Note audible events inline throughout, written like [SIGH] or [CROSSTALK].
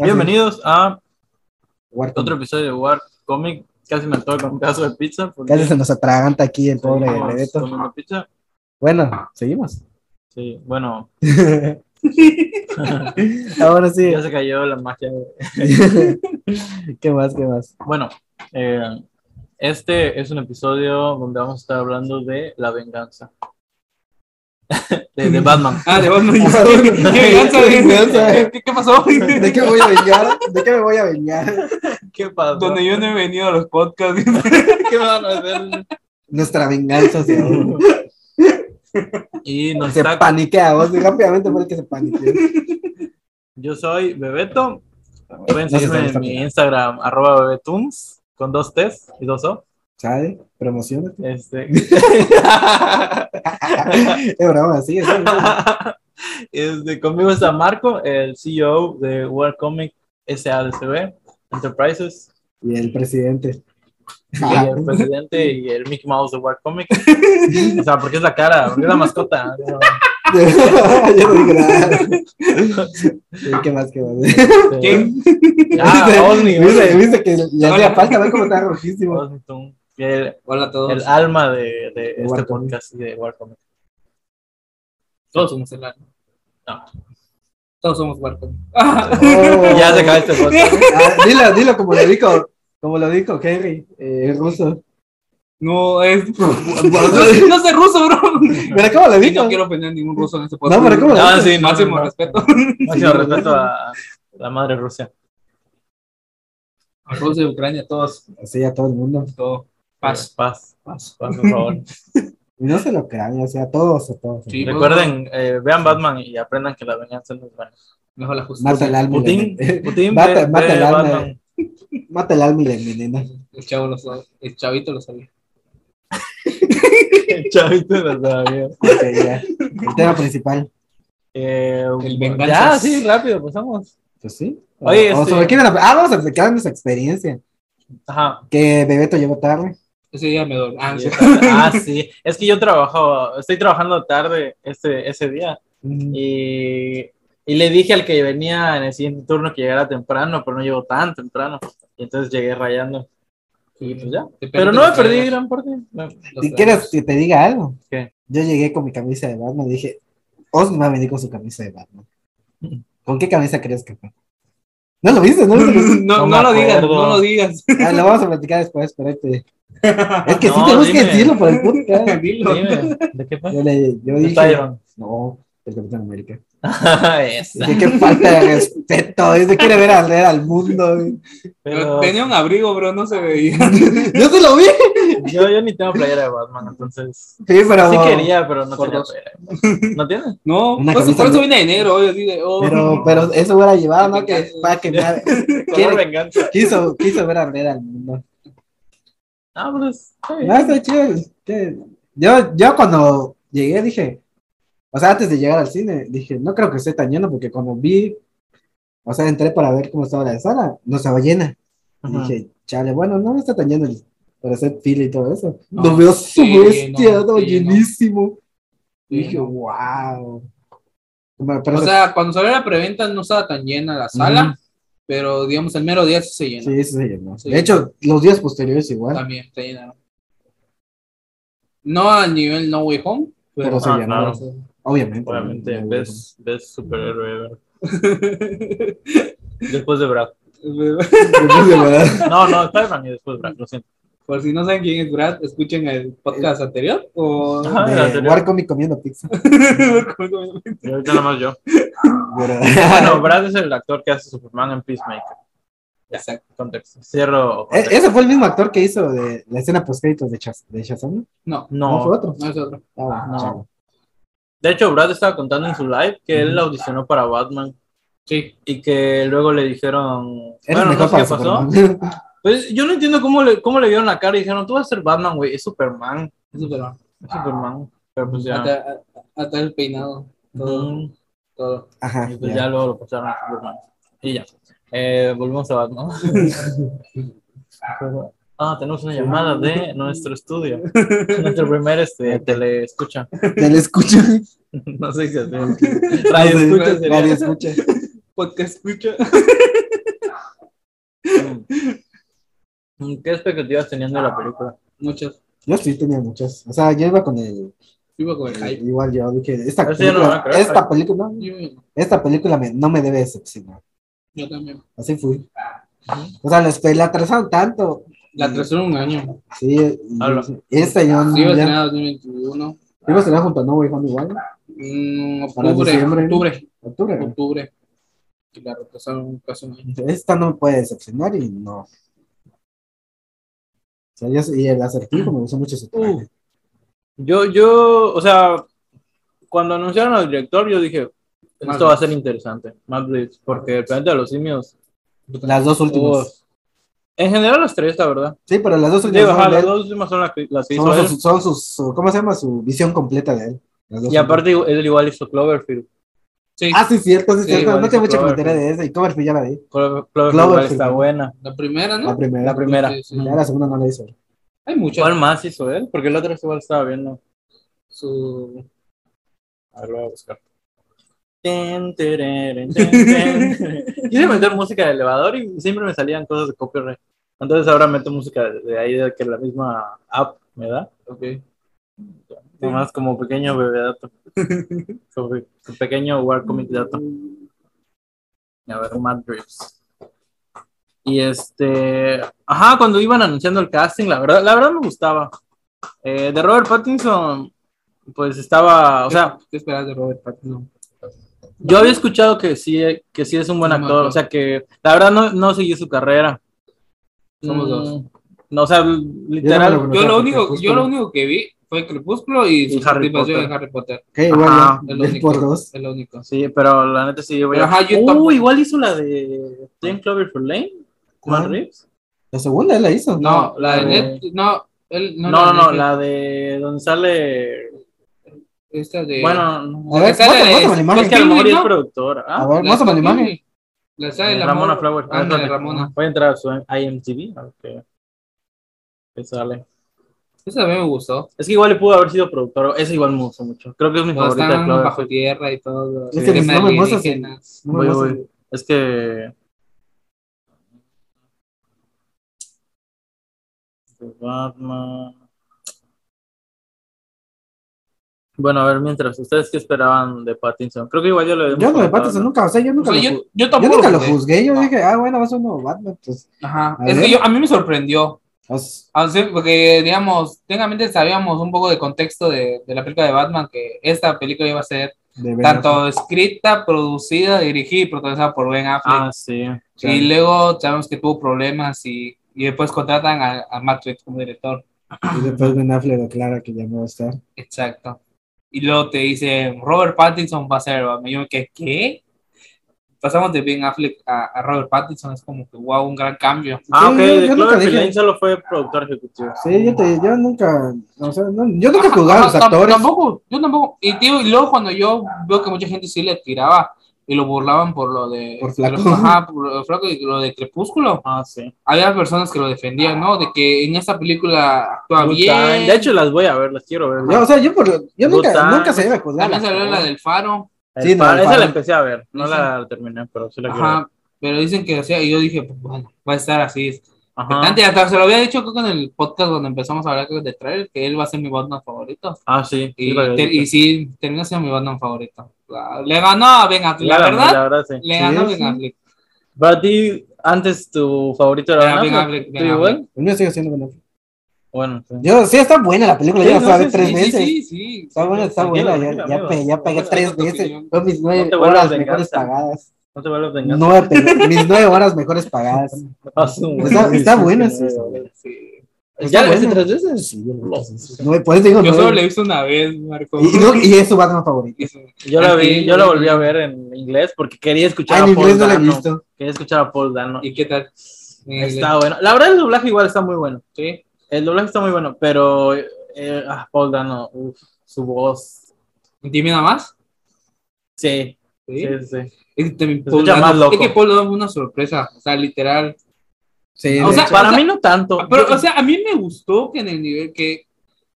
Ah, Bienvenidos a War otro episodio de War Comic. Casi me antojo con caso de pizza. porque Casi se nos atraganta aquí el pobre seguimos Benedetto. comiendo pizza. Bueno, seguimos. Sí, bueno, Ahora Ah, sí. ya se cayó la magia. de- ¿Qué más? ¿Qué [LAUGHS] más? Bueno, eh, este es un episodio donde vamos a estar hablando de la venganza. [LAUGHS] de, de Batman. Ah, de [LAUGHS] Batman. [LAUGHS] Batman. ¿Qué venganza? ¿Qué venganza? ¿Qué, qué pasó? eh. ¿De qué me voy a vengar? ¿De qué me voy a vengar? ¿Qué pasa? Donde yo no he venido a los podcasts. ¿Qué van a hacer? Nuestra venganza se, [LAUGHS] Y nos se está- paniquea. Vos, rápidamente fue el que se paniqueó. Yo soy Bebeto. Pueden No se seguirme en sabe, mi Instagram, arroba bebetums, con dos T's y dos O. ¿Sabe? Promociona. [LAUGHS] Este, Es broma, sí. sí. Este, conmigo está Marco, el CEO de World Comic SADCB Enterprises, Y el presidente. y Ah. el presidente y el Mickey Mouse de World Comic. O sea, porque es la cara, porque es la mascota. ¿no? [LAUGHS] Yo no digo nada. Sí, ¿Qué más? ¿Qué más? Este, ¿Quién? Ah, ¿Viste? Osni, ¿Viste? Osni. ¿Viste que le hacía falta ver cómo estaba [LAUGHS] rojísimo? Osni Tung, El, Hola a todos. el alma de, de este World Comic. podcast de World Comic. Todos somos el alma. No. Todos somos Barco. Ah, Oh. Ya se acabó este [LAUGHS] podcast. Ah, dilo, dilo como lo dijo, como lo dijo Henry, eh, el ruso. No, es. [LAUGHS] no sé ruso, bro. Pero cómo lo Y dijo. no quiero ofender a ningún ruso en este podcast. pero ¿cómo lo Ah, dices? sí, máximo No, no. respeto. Máximo respeto a la madre Rusia. A Rusia, Ucrania, todos. Así a todo el mundo. Todo. Paz. Paz, Paz. paz, por favor. Y no se lo crean, o sea, todos, a todos. Sí. Recuerden, eh, vean Batman y aprendan que la venganza no es buena. Mejor la Mata el justicia. alma. y la Putin, envenena. [LAUGHS] Putin, Mata- ve- mata ve el alma. Batman. Mata el alma y la envenena. El chavo lo sabe. El chavito lo sabía. El chavito de la sabía. Ok, ya. El tema principal. Eh, ya, El venganzas. sí, rápido, pasamos. Pues sí. O- Oye, o este- sobre qué iban a- Ah, vamos a explicar nuestra experiencia. Ajá. Que Bebeto llegó tarde. Ese día me dormí. Ah, sí. Ah, sí. Es que yo trabajo, estoy trabajando tarde este, ese día Mm, y, y le dije al que venía en el siguiente turno que llegara temprano, pero no llegó tan temprano. Y entonces llegué rayando. Y pues ya. Te Pero perdí no me los perdí tragos. gran parte. No. Los Si tragos. quieres que te diga algo. ¿Qué? Yo llegué con mi camisa de Batman y dije, Osni va a venir con su camisa de [LAUGHS] Batman. ¿Con qué camisa crees que fue? No lo [LAUGHS] viste, no lo viste. No No, no, me lo digas, acuerdo. no lo digas. Ah, lo vamos a platicar después, [LAUGHS] espérate. Es que sí No, tenemos dime. que decirlo por el [LAUGHS] podcast. Dilo. Dime, ¿de qué fue? Yo le yo De dije, [LAUGHS] Tyron. no, el Capitán América. Esa. Dije, qué falta de respeto, dice, quiere ver al, ver al mundo. güey. Pero Tenía un abrigo, bro, no [LAUGHS] se veía. Yo se lo vi. yo, yo ni tengo playera de Batman, entonces. Sí, pero, Sí quería, pero no Por tenía dos. playera. ¿No tiene? [LAUGHS] No, Una por eso- camisa por eso blu- viene de negro, obvio, así de, oh. pero, pero eso hubiera llevado, ¿no? [LAUGHS] Que, para que me, Color Quiere- venganza. quiso, quiso ver al, ver al mundo. Ah, pues. está bien. No, está chido. que- Yo, yo cuando llegué dije, o sea, antes de llegar al cine, dije, no creo que esté tan lleno porque como vi, o sea, entré para ver cómo estaba la sala, no estaba llena. Y Ajá. Dije, chale, bueno, no está tan lleno el- para hacer fila y todo eso. No, Lo veo sí, su bestia, no, estaba sí, llenísimo. Sí, Y dije, no. wow. Como- Pero O sea, cuando salió la preventa no estaba tan llena la sala, pero digamos el mero día sí se llenó. sí, ¿eh? eso se llenó. Sí. De hecho, los días posteriores igual, También se llenaron. No al nivel No Way Home, [LAUGHS] pero pero. se Ah, llenó. claro. Obviamente. Obviamente, ¿no? ves, ves superhéroe. Después de Brad. Después [LAUGHS] de verdad. [LAUGHS] No, no, Spider-Man y después Brad, lo siento. Por si no saben quién es Brad, escuchen el podcast anterior o. Ajá. [LAUGHS] Ah, de el anterior. War Comic comiendo pizza. Y ahorita [LAUGHS] nomás yo. Pero- [LAUGHS] [LAUGHS] Bueno, Brad es el actor que hace Superman en Peacemaker. Exacto. Contexto. Cierro. E- contexto. Ese fue el mismo actor que hizo de la escena post créditos de, Shaz- de Shazam. No, No, No. fue otro. no es otro. Ah, bueno, Ah, no. chale. De hecho, Brad estaba contando en su live que él audicionó para Batman Sí. y que luego le dijeron. Eres Bueno, no mejor sé qué para [LAUGHS] pasó. Superman. Pues yo no entiendo cómo le, cómo le vieron la cara y dijeron: Tú vas a ser Batman, güey. Es Superman. Es Superman. Es Superman. Pero pues ya. Hasta, hasta el peinado. Todo. Ujú. todo. Ajá. Mm, Y [LAUGHS] pues ya. ya luego lo pasaron a Superman. Y ya. Eh, volvemos a Batman. [LAUGHS] ah, tenemos una llamada de nuestro [LAUGHS] estudio. Nuestro primer este, teleescucha. [LAUGHS] Te lo escucho. No sé si así. Radio escucha sería. Nadie escucha. Podcast escucha. Mm, ¿Qué expectativas tenían de la película? Muchas. Yo sí tenía muchas. O sea, yo iba con el. Iba con el hype. Igual yo dije, esta Eso ya no película, lo van a creer, esta pero- película, Yo, esta película me- no me debe decepcionar. yo también. Así fui. O sea, la, espe- la atrasaron tanto. La tercera un año. Sí, y- Habla. y esta yo no. Sí, iba a ya- estrenar en 2021. Iba a estrenar junto a No Way Home igual. Mm, Para octubre, diciembre. octubre, Octubre. octubre. Y la retrasaron casi un año. Esta no me puede decepcionar y no. O sea, yo- y el acertijo me gustó mucho ese traje. Uh. Yo, yo, o sea, cuando anunciaron al director, yo dije, Matt esto va a ser interesante, Matt Reeves, porque el planeta de los simios. Las dos últimas. oh, en general las tres, la verdad. Sí, pero las dos Digo, últimas ajá, son, de las él. dos últimas son las que, las que hizo Son él. sus, son sus- su- ¿cómo se llama? Su visión completa de él. Las dos Y aparte, él igual hizo Cloverfield. Sí, Ah, sí, cierto, sí, Sí, cierto. igual No tengo hizo mucha comentaria Cloverfield. de esa. Y Coverfield ya la vi. Clover- Cloverfield, igual Cloverfield. está buena. la La primera, ¿no? primera. La primera. Sí, sí. Ya la segunda no la hizo. Hay muchas. ¿Cuál más hizo él? Porque el otro igual estaba viendo. Su- A ver, lo voy a buscar. Ten, tereren, [LAUGHS] ten, ten. Quise meter música de elevador y siempre me salían cosas de copyright. Entonces ahora meto música de, de ahí de que la misma app me da. ok. Nomás como pequeño bebé [LAUGHS] dato. Sobre su pequeño Warcomic dato. A ver, Matt Reeves. Y este. Ajá, cuando iban anunciando el casting, la verdad, la verdad me gustaba. Eh, de Robert Pattinson, pues estaba. O sea, ¿Qué esperas de Robert Pattinson? yo había escuchado que sí, que sí es un buen No me actor. O sea que la verdad no, no seguí su carrera. Somos Mm, dos. No, o sea, Yo no me literal. Yo Crepúsculo. lo único, yo lo único que vi fue Crepúsculo y su Y Harry participación en Potter. Harry Potter. Ok, igual Ajá, ya. el Ves único. por dos. Es lo único. Sí, pero la neta sí. Voy a... Ajá, yo Uh, tampoco- igual hizo la de Ten Cloverfield Lane, Matt Ajá. Reeves. Ah, La segunda él la hizo. No, la de no. Net, no, él, No, no, no, no, de Netflix, la de donde sale. esta de Bueno, no. A la ver, que sale muéstrame de- muéstrame la es que imagen. a lo mejor Killing, es Eh, ¿no? productora. Ah, A ver, La muéstrame la Scott imagen. Pilgrim. La sale eh, la Ramona morra- Flowers. Ándale, ándale. Ramona. Voy a entrar a su IMDb. A ver qué- qué sale. Esa a mí me gustó. Es que igual le pudo haber sido productora. Esa igual me gustó mucho. Creo que es mi Cuando favorita de están Cloverfield. bajo tierra y todo. Es que el tema no me muestras alienígenas. No me Voy, muestras- voy. Es que. The Batman. Bueno, a ver, mientras, ¿ustedes qué esperaban de Pattinson? Creo que igual ya lo habíamos Yo no de comentado, Pattinson ¿no? nunca, o sea, yo O nunca, lo, sea, yo, ju- yo yo tampoco nunca lo juzgué. juzgué. Yo No. dije, ah, bueno, va a ser un nuevo Batman. Pues, Ajá. A Es ver. que yo, a mí me sorprendió. o sea, Así, porque, digamos, técnicamente sabíamos un poco de contexto de, de la película de Batman, que esta película iba a ser de verdad. tanto escrita, producida, dirigida y protagonizada por Ben Affleck. Ah, sí. Y luego sabemos que tuvo problemas y, y después contratan a, a Matt Reeves como director. Y después Ben Affleck declara que ya no va a estar. Exacto. Y luego te dicen, Robert Pattinson va a ser Batman. Y yo me quedé, ¿qué? Pasamos de Ben Affleck a, a Robert Pattinson, es como que, wow, un gran cambio. Ah, ok, yo- de yo nunca Cloverfield dije- Lane solo fue productor ejecutivo. Sí, yo, te, yo nunca, o sea, no- yo nunca jugaba a los Ajá, tam- actores. Tampoco, yo tampoco. Y, tío, y luego cuando yo veo que mucha gente sí le tiraba y lo burlaban por lo de... Por flaco. Ajá, por lo de flaco y lo de Crepúsculo. Ah, sí. Había personas que lo defendían, ¿no? De que en esta película actúa Good bien. Time. De hecho, las voy a ver, las quiero ver. Yo, o sea, yo, por, yo nunca, Butan. nunca se iba a juzgar. También salió la del faro. El sí, no, Faro, el esa Faro. la empecé a ver, no Sí, la terminé, pero sí la quiero ver. Ajá. Pero dicen que, o sea, y yo dije, pues, bueno, va a estar así. Ajá. Antes, hasta se lo había dicho creo que en el podcast cuando empezamos a hablar creo, de trailer, que él va a ser mi Batman favorito. Ah, sí. Y, sí la había te- y visto. sí, termina siendo mi Batman favorito. La- Le ganó a Ben Affleck, la verdad, La verdad, sí. le ganó a Sí, Ben sí. Affleck. Para ti, antes tu favorito era Era Ben Ben Affleck. Affleck, Ben ¿Tú igual? El mío sigue siendo Ben Affleck. Bueno, sí. Yo, sí, está buena la película, Sí, yo la fui a no, ver sí, tres sí, veces. Sí, sí, Está buena, está tranquilo, buena, tranquilo, ya, ya, amigo. pe- ya pagué Bueno, tres esa es tu veces. opinión. Fueron mis No nueve te vuelvas horas de mejores venganza. [LAUGHS] pagadas. No te vuelvas a vengar. Ah, Nueve, pe- mis nueve horas mejores pagadas. Está- está bueno, sí, sí. sí, sí. ¿Ya Está la viste bueno. tres veces? Sí, yo lo vi tres veces. Nueve, por eso digo Yo solo le nueve. he visto una vez, Marco. Y, y no- y es su Batman favorito. Yo la vi, Sí, yo la sí. volví a ver en inglés porque quería escuchar Ah, en a Paul inglés no la he Dano. visto. Quería escuchar a Paul Dano. ¿Y qué tal? Está bueno. La verdad, el doblaje igual está muy bueno. Sí. El doblaje está muy bueno, pero eh, ah, Paul Dano, uf, su voz. ¿Intimida más? Sí, Sí. sí, sí. Es que también Se Paul escucha Dano- más loco. Es que Paul Dano fue una sorpresa, o sea, literal. Sí, O de sea, hecho. Para mí no tanto. Pero, Yo- o sea, a mí me gustó que en el nivel que.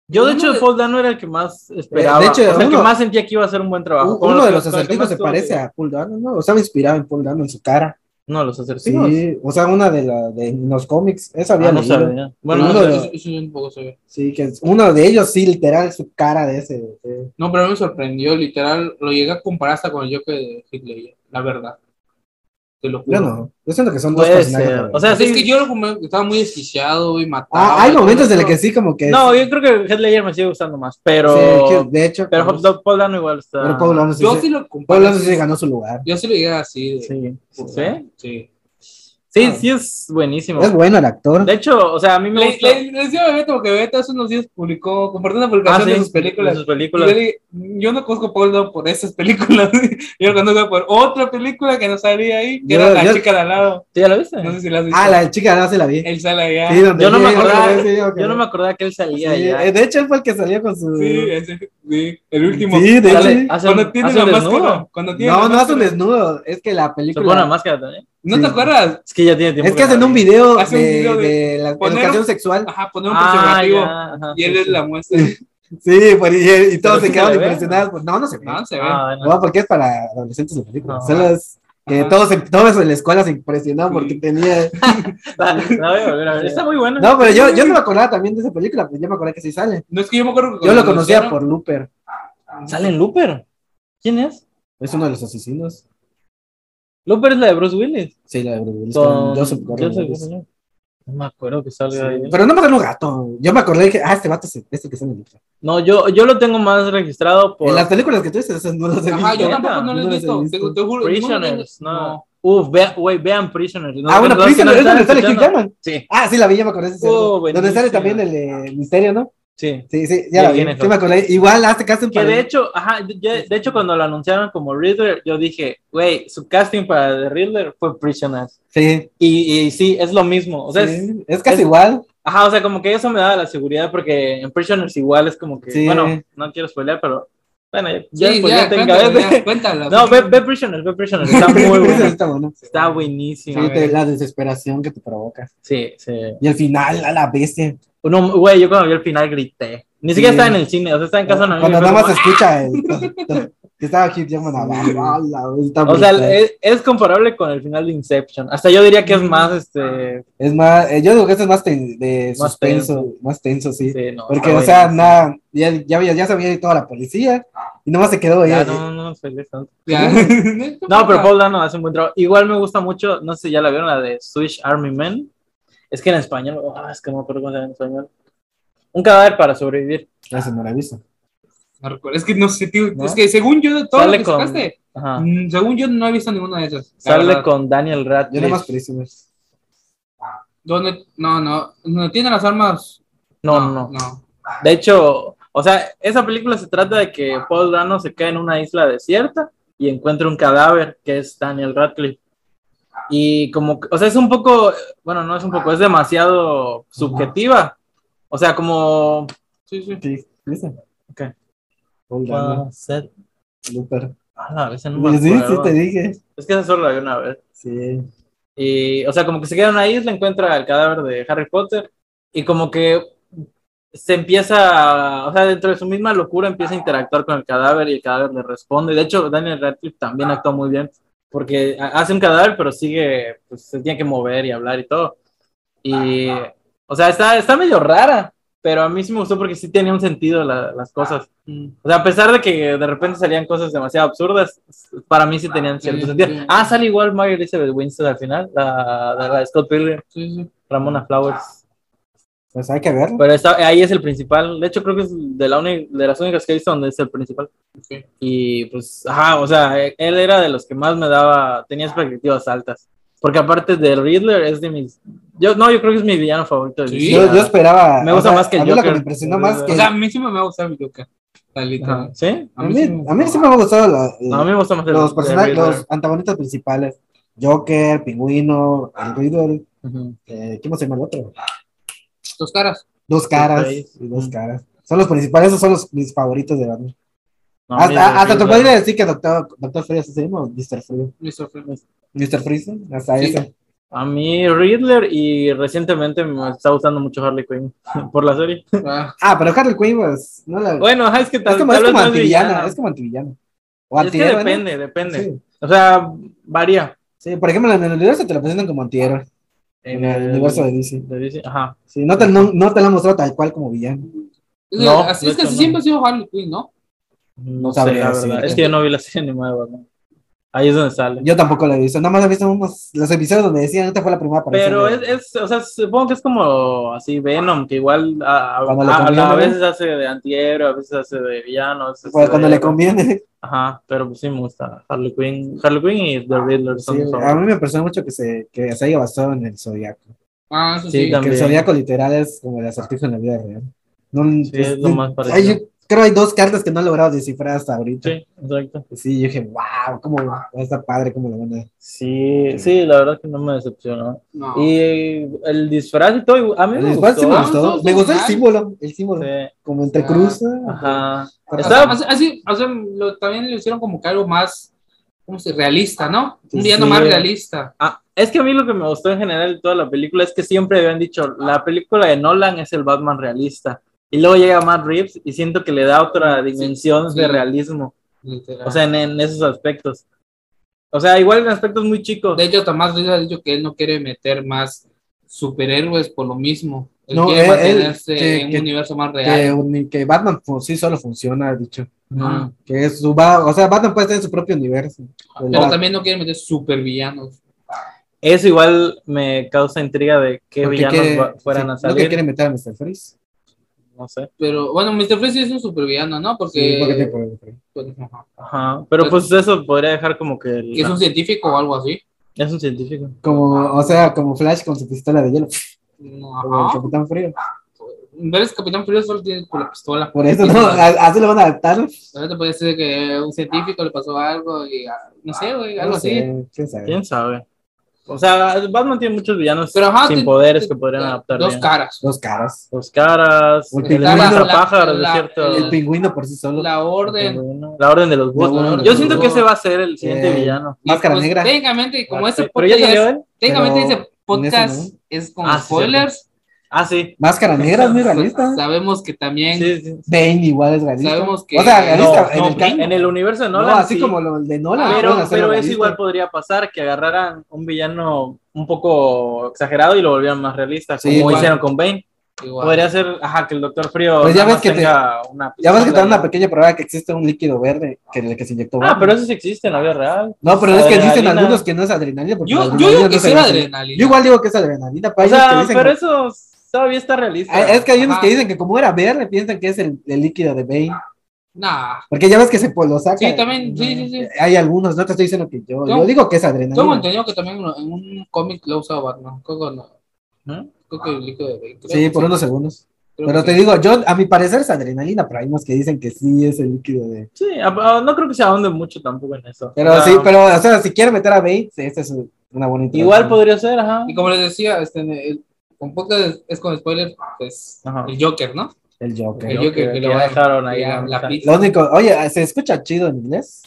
Yo, de hecho, uno de- Paul Dano era el que más esperaba. Eh, de hecho, o sea, el que uno- más sentía que iba a hacer un buen trabajo. Un- Como uno de que- los como el que acertijos más se tuvo que- parece a Paul Dano, ¿no? O estaba inspirado en Paul Dano en su cara. Uno de los acertijos. Sí, o sea, una de, la, de los cómics, esa había Ah, no leído. sabía. Bueno, No, no no, sabía. no. eso, eso yo tampoco sabía. Sí, que es- uno de ellos, sí, literal, su cara de ese. de- No, pero a mí me sorprendió, literal, lo llegué a comparar hasta con el Joker de Hitler, la verdad. Te lo juro. Yo no, yo siento que son dos Puede personajes. ser. güey. O sea, sí. Es que yo lo comí- estaba muy desquiciado y matado. Ah, hay y todo momentos en eso. los que sí, como que. No, yo creo que Headlayer me sigue gustando más, pero. Sí, que de hecho. Pero como- Hot Dog ah, Paul Dano igual está. pero Paul Lano sí, Yo se- sí lo Paul comparé. Lano sí se ganó su lugar. Yo sí lo llegué así. de- Sí. por- ¿Sí? Sí. Sí, Ah. sí es buenísimo. Es bueno el actor. De hecho, o sea, a mí me Le, gusta. le, le decía a Beto porque Beto hace unos días publicó, compartió una publicación de Ah, sí, sus películas. de sus películas. Y yo, le- yo no conozco a Paul Dano por esas películas. [LAUGHS] yo lo conozco por otra película que no salía ahí, que Yo- era la yo- chica de al lado. ¿Sí, ya lo viste? No sé si la has visto. Ah, la chica no se la vi. Él sale allá. Sí, donde Yo no me llega, acordaba- sí, ok. Yo no me acordaba que él salía Sí, ya. eh, De hecho, él fue el que salió con su. Sí, ese- sí, el último. Sí, de Sale- hecho. hace cuando un- tiene hace la un desnudo. máscara. Cuando tiene No, la no hace un máscara. desnudo. Es que la Se pone la película. máscara también. ¿No Sí. te acuerdas? Es que ya tiene tiempo. Es que hacen la un vi. video Hace un video de, de de la poner- educación sexual. Ajá, poner un Ah, preservativo. ya, ajá, Y sí, él es sí. [LAUGHS] la muestra. Sí, pues, y, y todos Pero sí se se quedaron le ve, impresionados. pues, no, no se ve. No, se ve. Ah, bueno. No, porque es para adolescentes la película. No. Solo es que Ajá. todos, se- todos en la escuela se impresionaron Ah. Sí. porque tenía. La, la voy a volver a ver. Está muy buena. No, pero yo, yo no me acordaba también de esa película, pues yo me acordaba que sí sale. No es que yo me acuerdo que Yo cuando lo conocía anunciaron- por Looper. [LAUGHS] Sale en Looper. ¿Quién es? Es uno de los asesinos. Looper es la de Bruce Willis. Sí, la de Bruce Willis, Con con Joseph Joseph Gordon-Levitt. Gordon-Levitt. No me acuerdo que salga Sí. ahí. Pero no me acuerdo un gato. Yo me acordé que, ah, este vato es este que está en el libro. No, yo, yo lo tengo más registrado por En las películas que tú dices, esas no las he Ajá, visto. yo tampoco no lo he No visto. los he Te, visto. te juro. Prisoners. no, No. no. Uf, vea- güey, vean Prisoners. No, ah, bueno, no, Prison, no es donde están sale Hugh escuchando. Jackman. Sí, Ah, sí, la vi, ya me acordé. ese cierto. Oh, donde sale buenísima. también el eh, misterio, ¿no? sí. Sí, sí, ya la Sí, vi. Jennifer. Sí, me acordé. Igual hace casting Que para. de hecho, ajá, de, de- de hecho cuando lo anunciaron como Riddler, yo dije, güey, su casting para The Riddler fue Prisoners. Sí. Y, y sí, es lo mismo. O sea, es- sí, es casi es- igual. Ajá, o sea, como que eso me daba la seguridad porque en Prisoners igual es como que, Sí. bueno, no quiero spoilear, pero bueno, ya, Sí, ya spoileé, ya, tenga- cuéntala, ya, cuéntala. [LAUGHS] No, ve, ve Prisoners, ve Prisoners, [LAUGHS] está muy bueno. Está bueno. Está Sí, buenísimo. A ver. te- la desesperación que te provoca. Sí, sí. Y al final, a la bestia. Uno, güey, yo cuando vi el final grité. Ni siquiera Sí. estaba en el cine, o sea, estaba en casa de un amigo y Cuando fue nada más como, se [LAUGHS] escucha el. que estaba Hugh Jackman abajo. a la bestia, está O sea, brutal. es, es comparable con el final de Inception. Hasta yo diría que es más, este... Es más, eh, yo digo que esto es más ten- de Más suspenso, más tenso, sí. sí, no, Porque, está o sea, buenísimo. nada, ya, ya, había- ya se había ido toda la policía y nomás se quedó Ya, ella. Ah, no, no, no, spoilees tanto. [LAUGHS] [LAUGHS] Ya. No, pero Paul Dano hace un buen trabajo. Igual me gusta mucho, no sé si ya la vieron, la de Swiss Army Men. Es que en español, ah, es que no me acuerdo cómo se llama en español. Un cadáver para sobrevivir. Ya se me la visto. No recuerdo, Es que no sé, tío. ¿No? Es que según yo, todo lo Sale que con- sacaste, Ajá. mm, según yo no he visto ninguna de esas. la Sale verdad. con Daniel Yo nomás Radcliffe. Prisoners. ¿Dónde? No, no. ¿No tiene las armas? No, no, no. No. De hecho, o sea, esa película se trata de que Paul Dano se cae en una isla desierta y encuentra un cadáver que es Daniel Radcliffe. Y como, que- o sea, es un poco, bueno, no es un poco, es demasiado subjetiva. O sea, como... Sí, sí. Sí, Prison. Ok. Paul Dano, Looper. Pues Ah, la vez no me Sí, sí, acuerdo. te dije. Es que esa solo la vi una vez. Sí. Y, o sea, como que se queda en una isla, encuentra el cadáver de Harry Potter y como que se empieza, a- o sea, dentro de su misma locura empieza a interactuar con el cadáver y el cadáver le responde. De hecho, Daniel Radcliffe también actúa muy bien porque ha- hace un cadáver, pero sigue, pues se tiene que mover y hablar y todo. Y, o sea, está, está medio rara, pero a mí sí me gustó porque sí tenía un sentido la- las cosas. Mm. O sea, a pesar de que de repente salían cosas demasiado absurdas, para mí sí tenían cierto Sí, sentido. sí. Ah, sale igual Mary Elizabeth Winstead al final, la, la, la Scott Pilgrim, Sí, sí. Ramona Flowers. Pues hay que verlo. Pero está- ahí es el principal. De hecho, creo que es de, la uni- de las únicas que he visto donde es el principal. Ok. Y pues, ajá, o sea, él era de los que más me daba, tenía expectativas altas. Porque aparte de Riddler, es de mis. Yo, no, yo creo que es mi villano favorito. de Sí. Yo, DC, la yo verdad. esperaba. Me o gusta sea, más que A mí lo que Joker. me impresionó más que. O sea, a mí sí me va a gustar mi Joker. La literal. Eh, Ajá, ¿Sí? a, mí, a mí sí me ha gustado la- eh, No, a mí me gusta más el los de personajes, Riddler. los antagonistas principales. Joker, Pingüino, el Riddle, Ujú. eh, ¿cómo se llama el otro? Dos caras. Dos caras, Face. y dos Mm. caras. Son los principales, esos son los, mis favoritos de Batman. No, a mí el de hasta hasta te Riddler. podría decir que Doctor, Doctor Frío se llama o Mr. Frío. Mr. [LAUGHS] Freeman. Mr. Freeze, hasta Sí. eso. A mí Riddler y recientemente me está gustando mucho Harley Quinn [LAUGHS] por la serie. Ah, Ah, pero Harley Quinn, pues, no la. Bueno, ajá, es que tal, es como, es tal vez como no es antivillana, villana. es como antivillana. O Es que antihéroe, ¿no? depende, depende. Sí. O sea, varía. Sí, por ejemplo, en el universo te lo presentan como antihéroe. En el, universo de DC. de DC, Ajá. Sí, no te, no, no te lo han mostrado tal cual como villano. No, así de es que hecho, así no. siempre ha sido Harley Quinn, ¿no? No, sé, sabría la verdad. decirte. Es que yo no vi la serie animada, ¿verdad? Ahí es donde sale. Yo tampoco lo he visto. Nada más he visto unos, los episodios donde decían, esta fue la primera aparición. Pero de- es, es, o sea, supongo que es como así Venom, que igual a, a- Cuando le a- a- conviene, a ¿no? veces hace de antihéroe, a veces hace de villano. a veces Pues hace cuando de- le [LAUGHS] conviene. Ajá, pero pues sí me gusta Harley Quinn. Harley Quinn y The Riddler son Ah, Sí, mis a favoritos. mí me impresiona mucho que se, que se haya basado en el Zodíaco. Ah, eso Sí, sí. también. Que el Zodíaco literal es como el acertijo en la vida real. No, pues, Sí, es lo más parecido. Ay, yo creo hay dos cartas que no he logrado descifrar hasta ahorita. Sí, exacto. Sí, yo dije, wow, cómo va a estar padre, cómo lo van a... Sí, sí, la verdad que no me decepcionó. No. Y el disfraz y todo, a mí me Igual sí me gustó. Ah, gustó. no, Me no, gustó el no. símbolo, el símbolo. Sí, Ah, Como entre cruz. ajá. Pero- Hasta- Está- así, así- o sea, lo- también lo hicieron como que algo más, ¿cómo se dice? Realista, ¿no? Un Sí, villano sí. más realista. Ah, es que a mí lo que me gustó en general de toda la película es que siempre habían dicho, la película de Nolan es el Batman realista. Y luego llega Matt Reeves y siento que le da otra dimensión sí. de realismo. Literal. O sea, en, en esos aspectos. O sea, igual en aspectos muy chicos. de hecho, Tomás Rizzo ha dicho que él no quiere meter más superhéroes por lo mismo. Él No, quiere él- mantenerse él- que- en un que- universo más Que, real. un- que Batman por sí solo funciona, ha dicho. Ajá. Que es su... va- O sea, Batman puede estar en su propio universo. El pero Bat- también no quiere meter supervillanos. Eso igual me causa intriga de qué porque villanos quiere- va- fueran sí, a Lo que salir. quiere meter a Mr. Freeze. No sé. Pero bueno, Mr. Freeze sí es un supervillano, ¿no? Sí, porque Porque. te puede meter. pues, ajá. Ajá. Pero pues eso podría dejar como que... el- que es un científico o algo así. es un científico. Como, o sea, como Flash con su pistola de hielo. [LAUGHS] No, Como el Ajá. Capitán Frío. Ves, Capitán Frío solo tiene con la Pues, pistola. Por eso, [LAUGHS] Y ¿no? A- Así lo van a adaptar. Tal vez te puede ser que un científico le pasó algo y ah, no sé, güey, algo No así. sé, quién sabe. ¿Quién sabe? O sea, Batman tiene muchos villanos Pero ajá, sin te- poderes te- que podrían te- adaptar Dos bien. caras. Dos caras. Los caras, Porque el la- pájaro la- pájaros, la- de cierto. El pingüino por sí solo. La orden. Bueno, La orden de los búhos. La Orden Yo de siento los que Búhos. ese va a ser el siguiente Eh, villano. Máscara Pues, negra. Técnicamente, como este ese Pero ya podcast, salió ¿eh? es, él. técnicamente Pero ese podcast en ese es con Ah, sí, spoilers. pues, Ah, sí. Máscara negra es muy [LAUGHS] realista. Sabemos que también. Sí, sí. Bane igual es realista. Sabemos que- O sea, No, realista no, en el ca- en el universo de No, Nolan, así sí. como lo el de Nolan. pero, pueden hacerlo pero eso realista. igual podría pasar, que agarraran un villano un poco exagerado y lo volvieran más realista, Sí, como igual. hicieron con Bane. igual. Podría ser, ajá, que el Doctor Frío Pues ya nada ves más que te- tenga una Ya ves que te dan pistola una pequeña prueba que existe un líquido verde que el que se inyectó. y- Ah, Batman. pero eso sí existe en la vida real. No, pero es que dicen Adrenalina. algunos que no es adrenalina. porque la Yo, yo adrenalina digo no que se sí era hace. adrenalina. Yo igual digo que es adrenalina. pero O hay unos que sea, dicen pero que- eso todavía está realista. Ah, es que hay unos Ajá. que dicen que como era verde, piensan que es el, el líquido de Bane. Nah. Porque ya ves que se pues, lo saca. Sí, también, sí, sí, sí. Hay algunos, no te estoy diciendo que yo. Yo- Yo digo que es Tengo adrenalina. entendido que también en un cómic lo usaba Batman. Creo que no. Creo que el líquido de Bane. Creo Sí, que por unos segundos. creo Pero que te sí. digo, yo, a mi parecer es adrenalina, pero hay unos que dicen que sí es el líquido de. Sí, a- a- no creo que se ahonde mucho tampoco en eso. Pero O sea, sí, pero, o sea, si quiere meter a Bates, esta es una bonita. Igual pues, podría ser, ajá. Y como les decía, este, en el, con podcast es, es con spoilers, pues Ajá. el Joker, ¿no? El Joker. El Joker que que lo ya va- dejaron ahí. la, ¿no? la O sea, pizza. Lo único, oye, se escucha chido en inglés.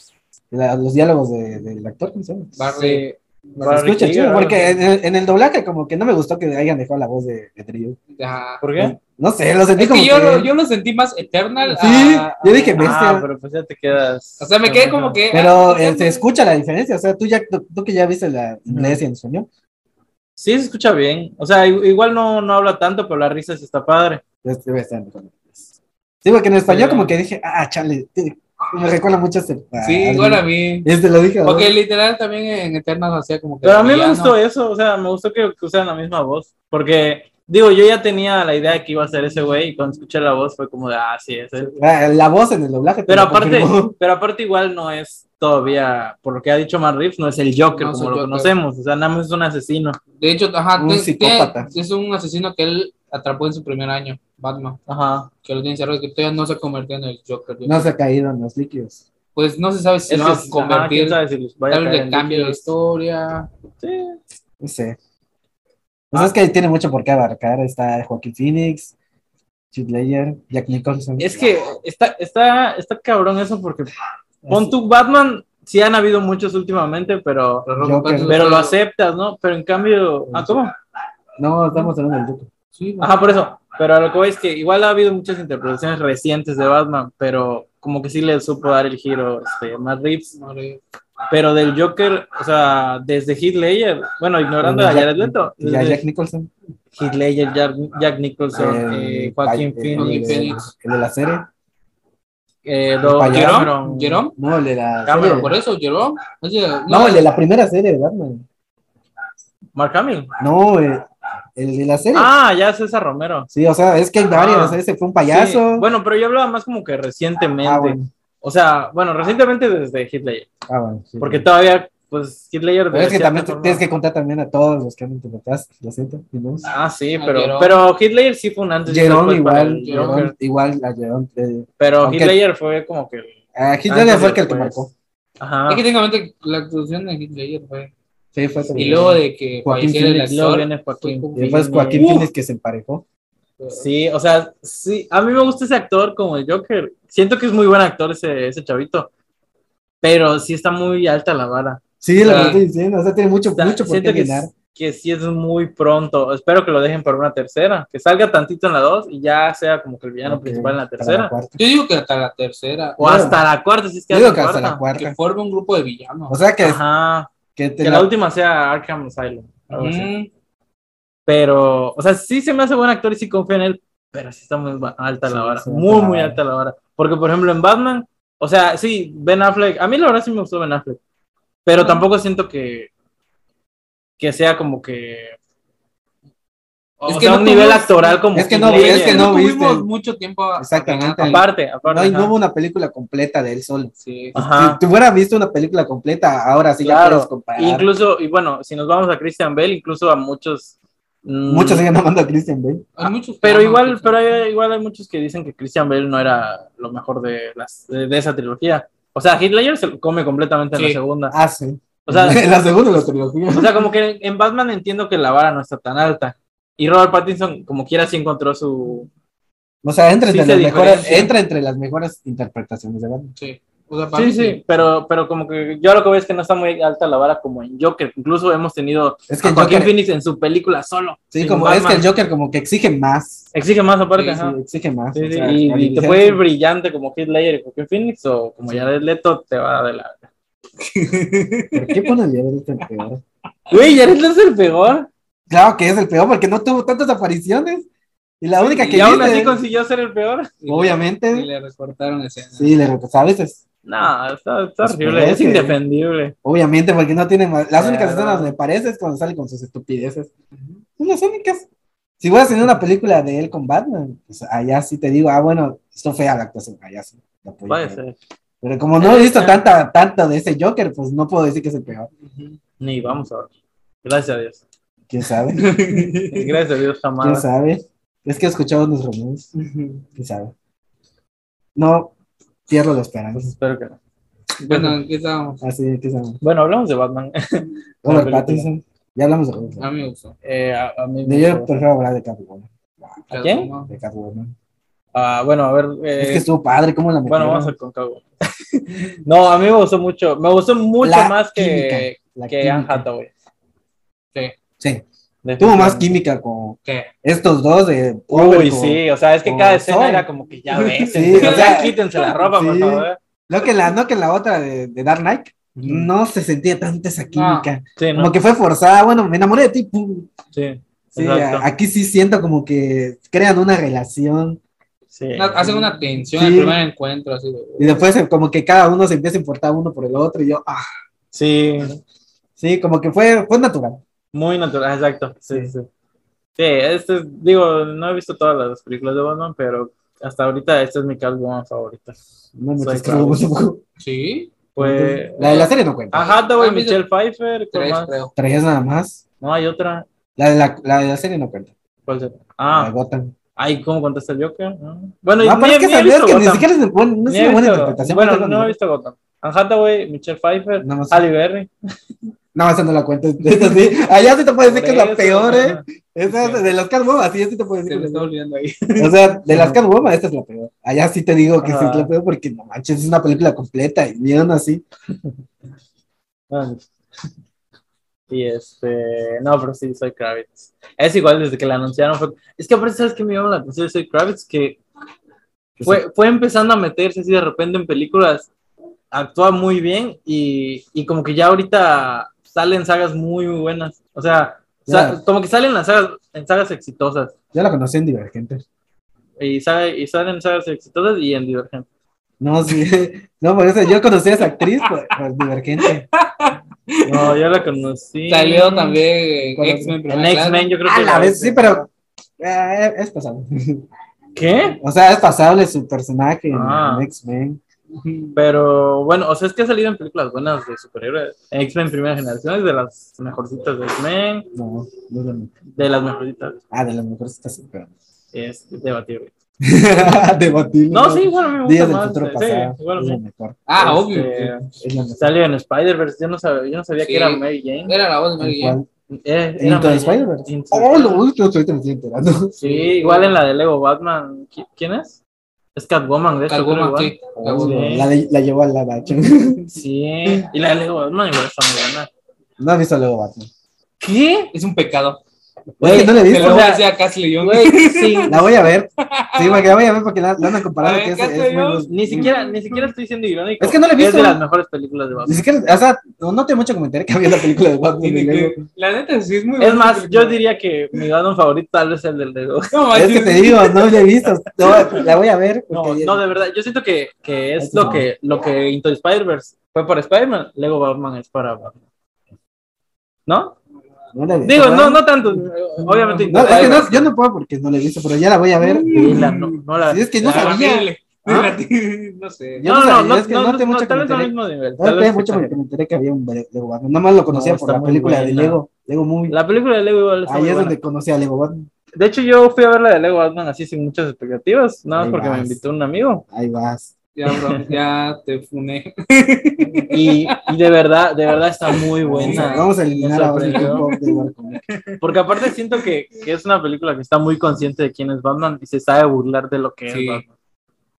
La- los diálogos de- del actor, ¿cómo se llama? Barry. Se Barry escucha chido, Keoghan. porque en el, en el doblaje, como que no me gustó que hayan dejado la voz de, de Drew. Ajá. ¿Por qué? No sé, lo sentí Es como. que yo, que- lo- yo lo sentí más Eternal. Sí, a- yo dije bestia. Ah, pero pues ya te quedas. o sea, me quedé como que. Pero ah, eh, se escucha la diferencia, o sea, tú ya tú, tú que ya viste la inglés y en español, Sí, se escucha bien. O sea, i- igual no, no habla tanto, pero la risa sí está padre. ya debe estar mejor en inglés. Sí, porque en español Sí. como que dije, ah, chale, eh, me recuerda mucho a ese. a- Sí, a- igual a mí. Este lo dije. Porque ¿no? literal también en Eternal hacía como que. Pero a mí me villano. gustó eso. O sea, me gustó que, que usaran la misma voz. Porque, digo, yo ya tenía la idea de que iba a ser ese güey. Y cuando escuché la voz fue como de, ah, sí, es él. Ah, La voz en el doblaje. te Pero lo aparte, confirmó. pero aparte igual no es todavía, por lo que ha dicho Matt Reeves, no es el Joker No es como el lo Joker. conocemos. O sea, nada más es un asesino. De hecho, ajá, Un te- psicópata. te- es un asesino que él atrapó en su primer año, Batman. Ajá. Que lo tiene encerrado, que todavía no se convirtió en el Joker. yo No creo. se ha caído en los líquidos. Pues no se sabe si Es lo que, va ajá, a convertir. quién sabe si les vaya a Tal vez caer le en cambie la líquidos. historia. Sí. No sé. Pues Ah. es que tiene mucho por qué abarcar. Está Joaquín Phoenix, Heath Ledger, Jack Nicholson. Es que está, está, está cabrón eso porque pon Así- tu Batman, sí han habido muchos últimamente, pero, Pero Joker. Robert pero lo Pattinson- aceptas, ¿no? Pero en cambio, ah, ¿cómo? No, estamos hablando del Joker. Sí, güey. Ajá, por eso. Pero a lo que voy es que igual ha habido muchas interpretaciones recientes de Batman, pero como que sí le supo dar el giro este, Matt Reeves. Madre. Pero del Joker, o sea, desde Heath Ledger, bueno, ignorando a Jared Leto, Ah, Y a desde Jack Nicholson. Heath Ledger, Jack, Jack Nicholson, eh, Joaquin el- Phoenix, El, el- el de la serie. eh, Don payaso. Cameron. ¿Jerome? ¿Jerome? No, el de la. Cameron, serie. Por eso, Jerome. O sea, No, el de la primera serie de Batman. Mark Hamill. No, el, el de la serie. Ah, ya César Romero. Sí, o sea, es que hay varios. Ah. o sea, ese fue un payaso. Sí, Bueno, pero yo hablaba más como que recientemente. ah, bueno. O sea, bueno, recientemente desde Hitler. Ah, bueno, sí. Porque todavía, pues, Hitler. Pero es que también te- tienes que contar también a todos los que han interpretado. Lo siento. y no. Ah, sí, A pero, Jerome. pero Hitler sí fue un antes. y un Jerón después para igual, el Jerón, Joker. igual a Jerón. eh, Pero Aunque- Hitler fue como que. el- a Heath antes Ledger y fue el que el que después. marcó. Ajá. Es que técnicamente la actuación de Hitler fue. Sí, fue el que Y marcó. luego de que Joaquín falleciera el Phoenix, luego actor. viene Joaquín fue como- Y después Joaquín Uf. Phoenix que se emparejó. Sí, o sea, sí, a mí me gusta ese actor como el Joker. Siento que es muy buen actor ese, ese chavito. Pero sí está muy alta la vara. Sí, lo que Ah. estoy diciendo. O sea, tiene mucho, O sea, mucho por siento qué que, ganar. s- que sí es muy pronto. Espero que lo dejen para una tercera. Que salga tantito en la dos y ya sea como que el villano principal en la tercera. Yo digo que hasta la tercera. O Bueno, hasta la cuarta, si es que Yo digo hacen que hasta la cuarta. Que cuarta. forme un grupo de villanos. O sea, que, Ajá. que Que te la... la- última sea Arkham Asylum. algo así. Mm, Pero, o sea, sí se me hace buen actor y sí confío en él, pero sí está muy ba- alta Sí, la vara. sí, Muy, alta la muy vara. alta la vara. Porque, por ejemplo, en Batman, o sea, sí, Ben Affleck, a mí la verdad sí me gustó Ben Affleck, Mm. pero tampoco siento que, que sea como que... O Es que sea, no un nivel tuvimos- actoral como... es que Heath no vi- Ledger. es que no no tuvimos viste. mucho tiempo. a- Exactamente. a- Aparte, aparte. No, y no ajá. hubo una película completa de él solo. Sí. Ajá. Si tú hubieras visto una película completa, ahora sí la Claro. puedes comparar. Incluso, y bueno, si nos vamos a Christian Bale, incluso a muchos... mm, Muchos siguen amando a Christian Bale. Hay muchos ah, Pero villanos igual, que- pero hay, igual hay muchos que dicen que Christian Bale no era lo mejor de, las, de, de esa trilogía. O sea, Hitler se lo come completamente en Sí. la segunda. Ah, sí. O sea, en [LAUGHS] la segunda de la trilogía. o sea, como que en Batman entiendo que la vara no está tan alta. Y Robert Pattinson, como quiera, sí encontró su... O sea, entra Sí entre, se las mejores, diferencia. entra entre las mejores interpretaciones de Batman. Sí. O sea, para Sí, mí sí, pero, pero como que yo lo que veo es que no está muy alta la vara como en Joker. Incluso hemos tenido Es que a el Joaquín Joker, Phoenix en su película solo. sí, sin como, es Batman. que el Joker como que exige más. Exige más aparte, Sí, ajá. Sí, exige más. Sí, o sí, sea, y, la y te diligencia. puede ir brillante como Heath Ledger y Joaquin Phoenix o como Sí. Jared Leto te va de la... ¿Por qué pones Jared Leto el peor? Güey, Jared Leto es el peor. Claro que es el peor porque no tuvo tantas apariciones. Y la única que Y aún viste- así consiguió ser el peor. Y le- Obviamente. y le recortaron escenas. Sí, le reemplazó a veces. No, está, está Pues horrible, parece. es indefendible. Obviamente, porque no tiene más. Las únicas Claro. escenas me parece es cuando sale con sus estupideces. Son las únicas. Si hubieras tenido una película de él con Batman, pues allá sí te digo, ah, bueno, esto fue a la actuación, allá sí. la apoyo. Puede ser. Pero como no he visto tanta, tanta de ese Joker, pues no puedo decir que es el peor. Ujú. Ni vamos a ver. Gracias [LAUGHS] a Dios. ¿Quién [LAUGHS] sabe? Gracias a Dios, ¿Quién jamás. sabe? Es que he escuchado unos rumores. ¿Quién sabe? No, pierdo la esperanza. Espero que no. Bueno, ¿en qué estábamos? Así, ¿qué sabe? Bueno, hablamos de Batman. [LAUGHS] Robert película. Pattinson. Ya hablamos de Robert A Pattinson. mí me gustó. Eh, a, a mí me Yo yo gustó. prefiero hablar de Catwoman. ¿A quién? Claro, De Catwoman. Ah, bueno, a ver. eh, Es que estuvo padre, ¿cómo la bueno, metieron? vamos a con Cabo. [LAUGHS] no, a mí me gustó mucho. Me gustó mucho La más que, química, la que Anne química. Hathaway. Sí, tuvo más química con ¿Qué? estos dos de Uy, Robert con- sí, o sea, es que con cada escena Sol. era como que ya ves. [LAUGHS] Sí, ya o sea, quítense la ropa, por sí. favor. No que la, no que la otra de, de Dark Knight. Mm. No se sentía tanta esa química. Sí, Como Ah, ¿no? que fue forzada. Bueno, me enamoré de ti. pum. Sí, Sí, Exacto. a- aquí sí siento como que crean una relación. sí. Una- hacen una tensión Sí. el primer encuentro, así de- Y después eh, como que cada uno se empieza a importar uno por el otro. Y yo, ah, Sí, sí, como que fue, fue natural. muy natural, exacto. Sí, sí. Sí, este es, digo, no he visto todas las películas de Batman, pero hasta ahorita esta es mi Catwoman favorita. No me Soy chasqué, tampoco. Sí, Pues. La de la serie no cuenta. A Hathaway, Ah, mira. Michelle Pfeiffer, ¿cuál tres, más? creo. Traías nada más. No hay otra. La de la, la de la serie no cuenta. ¿Cuál será? La de Ah, Gotham. ay, ¿cómo contesta el Joker? No. No, Bueno, ni- Ah, pero es que ni he sabías visto que ni Gotham. siquiera es de- bueno, no es Ni he una buena visto- interpretación. Bueno, pero no he visto Gotham. Anne Hathaway, Michelle Pfeiffer, Nada más. Halle Berry. No, esa no la cuento. [LAUGHS] Esa sí. Allá sí te puedo decir que es la Por eso, peor, ¿eh? ajá. Esa es de las Catwoman, sí, yo sí te puedo Se decir. me que es está la olvidando ahí. peor. O sea, de las Catwoman, esta es la peor. Allá sí te digo que sí es Ajá. la peor porque no manches, es una película completa y vieron así. Ah. [LAUGHS] Y este, no, pero sí, soy Kravitz. Es igual desde que la anunciaron. Fue... Es que aparte, ¿sabes que me llamó la atención de Soy Kravitz? Que Que fue, fue empezando a meterse así de repente en películas actúa muy bien y, y como que ya ahorita salen sagas muy, muy buenas. O sea, sa- Ya. como que salen las sagas, en sagas exitosas. Yo la conocí en Divergente. Y, sa- y salen sagas exitosas y en Divergente. No, sí. [LAUGHS] No, por eso yo conocí a esa actriz por, por [LAUGHS] Divergente. No, yo la conocí. Salió también Con- en X-Men. En primera clase. X-Men, yo creo A que. la vez, Pues, sí, pero eh, es pasable. [LAUGHS] ¿Qué? O sea, es pasable su personaje en- Ah. en X-Men. Pero bueno, o sea, es que ha salido en películas buenas de superhéroes. X-Men Primera Generación es de las mejorcitas de X-Men, No, no es lo mismo. de las mejorcitas. Ah, de las mejores está [LAUGHS] súper. Es debatible. Debatible. No, sí, igual me gusta Días del más. este, futuro sí, pasado. igual es me- lo mejor. Ah, Este, obvio. Es lo mejor. Salió en Spider-Verse, yo no sabía, yo no sabía Sí. que era Mary Jane. Eh, Era la voz de Mary Jane. ¿Cuál? Era- ¿En era Into the Mary Jane. Spider-Verse? Into the Oh, lo último, ahorita me estoy enterando. Sí, igual en la de Lego Batman. ¿qui- ¿Quién es? Es Catwoman, de hecho. creo Catwoman, igual. sí. Catwoman. [LAUGHS] Sí. La, de- la llevó al ah, live action. Sí, y la de Lego Batman igual está muy buena. No has visto luego Batman. ¿Qué? Es un pecado. Es que no la he Te visto. lo o voy a sea, decir a Casley Young. Güey, sí. La voy a ver. [LAUGHS] Sí, porque la voy a ver porque la, la han comparado A ver, que es, ¿qué es hace muy yo? bus- Ni siquiera, ni siquiera estoy siendo irónico. Es que no la he Es visto. de las mejores películas [LAUGHS] de Ni Batman. siquiera, o sea, no, no tengo mucho comentario que había la película de Batman. Tiene y luego- que- La neta sí es muy Es buena más, película. yo diría que mi Batman favorito tal vez es el del Lego. No, Es que manches. te digo, no la he visto. No, la voy a ver. [LAUGHS] No, porque- no, de verdad, yo siento que, que es Este lo no. que, lo que Into the Spider-Verse fue para Spider-Man, Lego Batman es para Batman. ¿No? no la he visto. Digo, no, ¿verdad? no tanto. Obviamente, No, es que no, Spider-Verse. yo no puedo porque no la he visto, pero ya la voy a ver. Vela, no, no la- Sí, es que no Ah, sabía. mírale. ¿Ah? Mírale. No sé. Yo no, no no, sabía, no, es que no, no te no, mucho tal vez no al comentario. mismo nivel. No tal esperé vez mucho exageré. porque me enteré que había un Be- Lego Batman. Nada más lo conocía No, por está la muy película de buena. Lego. Lego Movie. La película de Lego igual está Ahí muy es buena. donde conocí a Lego Batman. De hecho, yo fui a ver la de Lego Batman así sin muchas expectativas, nada más Ahí porque me vas. invitó un amigo. Ahí vas. Ya, bro, ya te funé. Y, y de verdad, de verdad está muy Vamos buena. a, vamos a eliminar Me a Oscar sorprendió. Pop de Warcom. Porque aparte siento que, que es una película que está muy consciente de quién es Batman y se sabe burlar de lo que Sí. es Batman.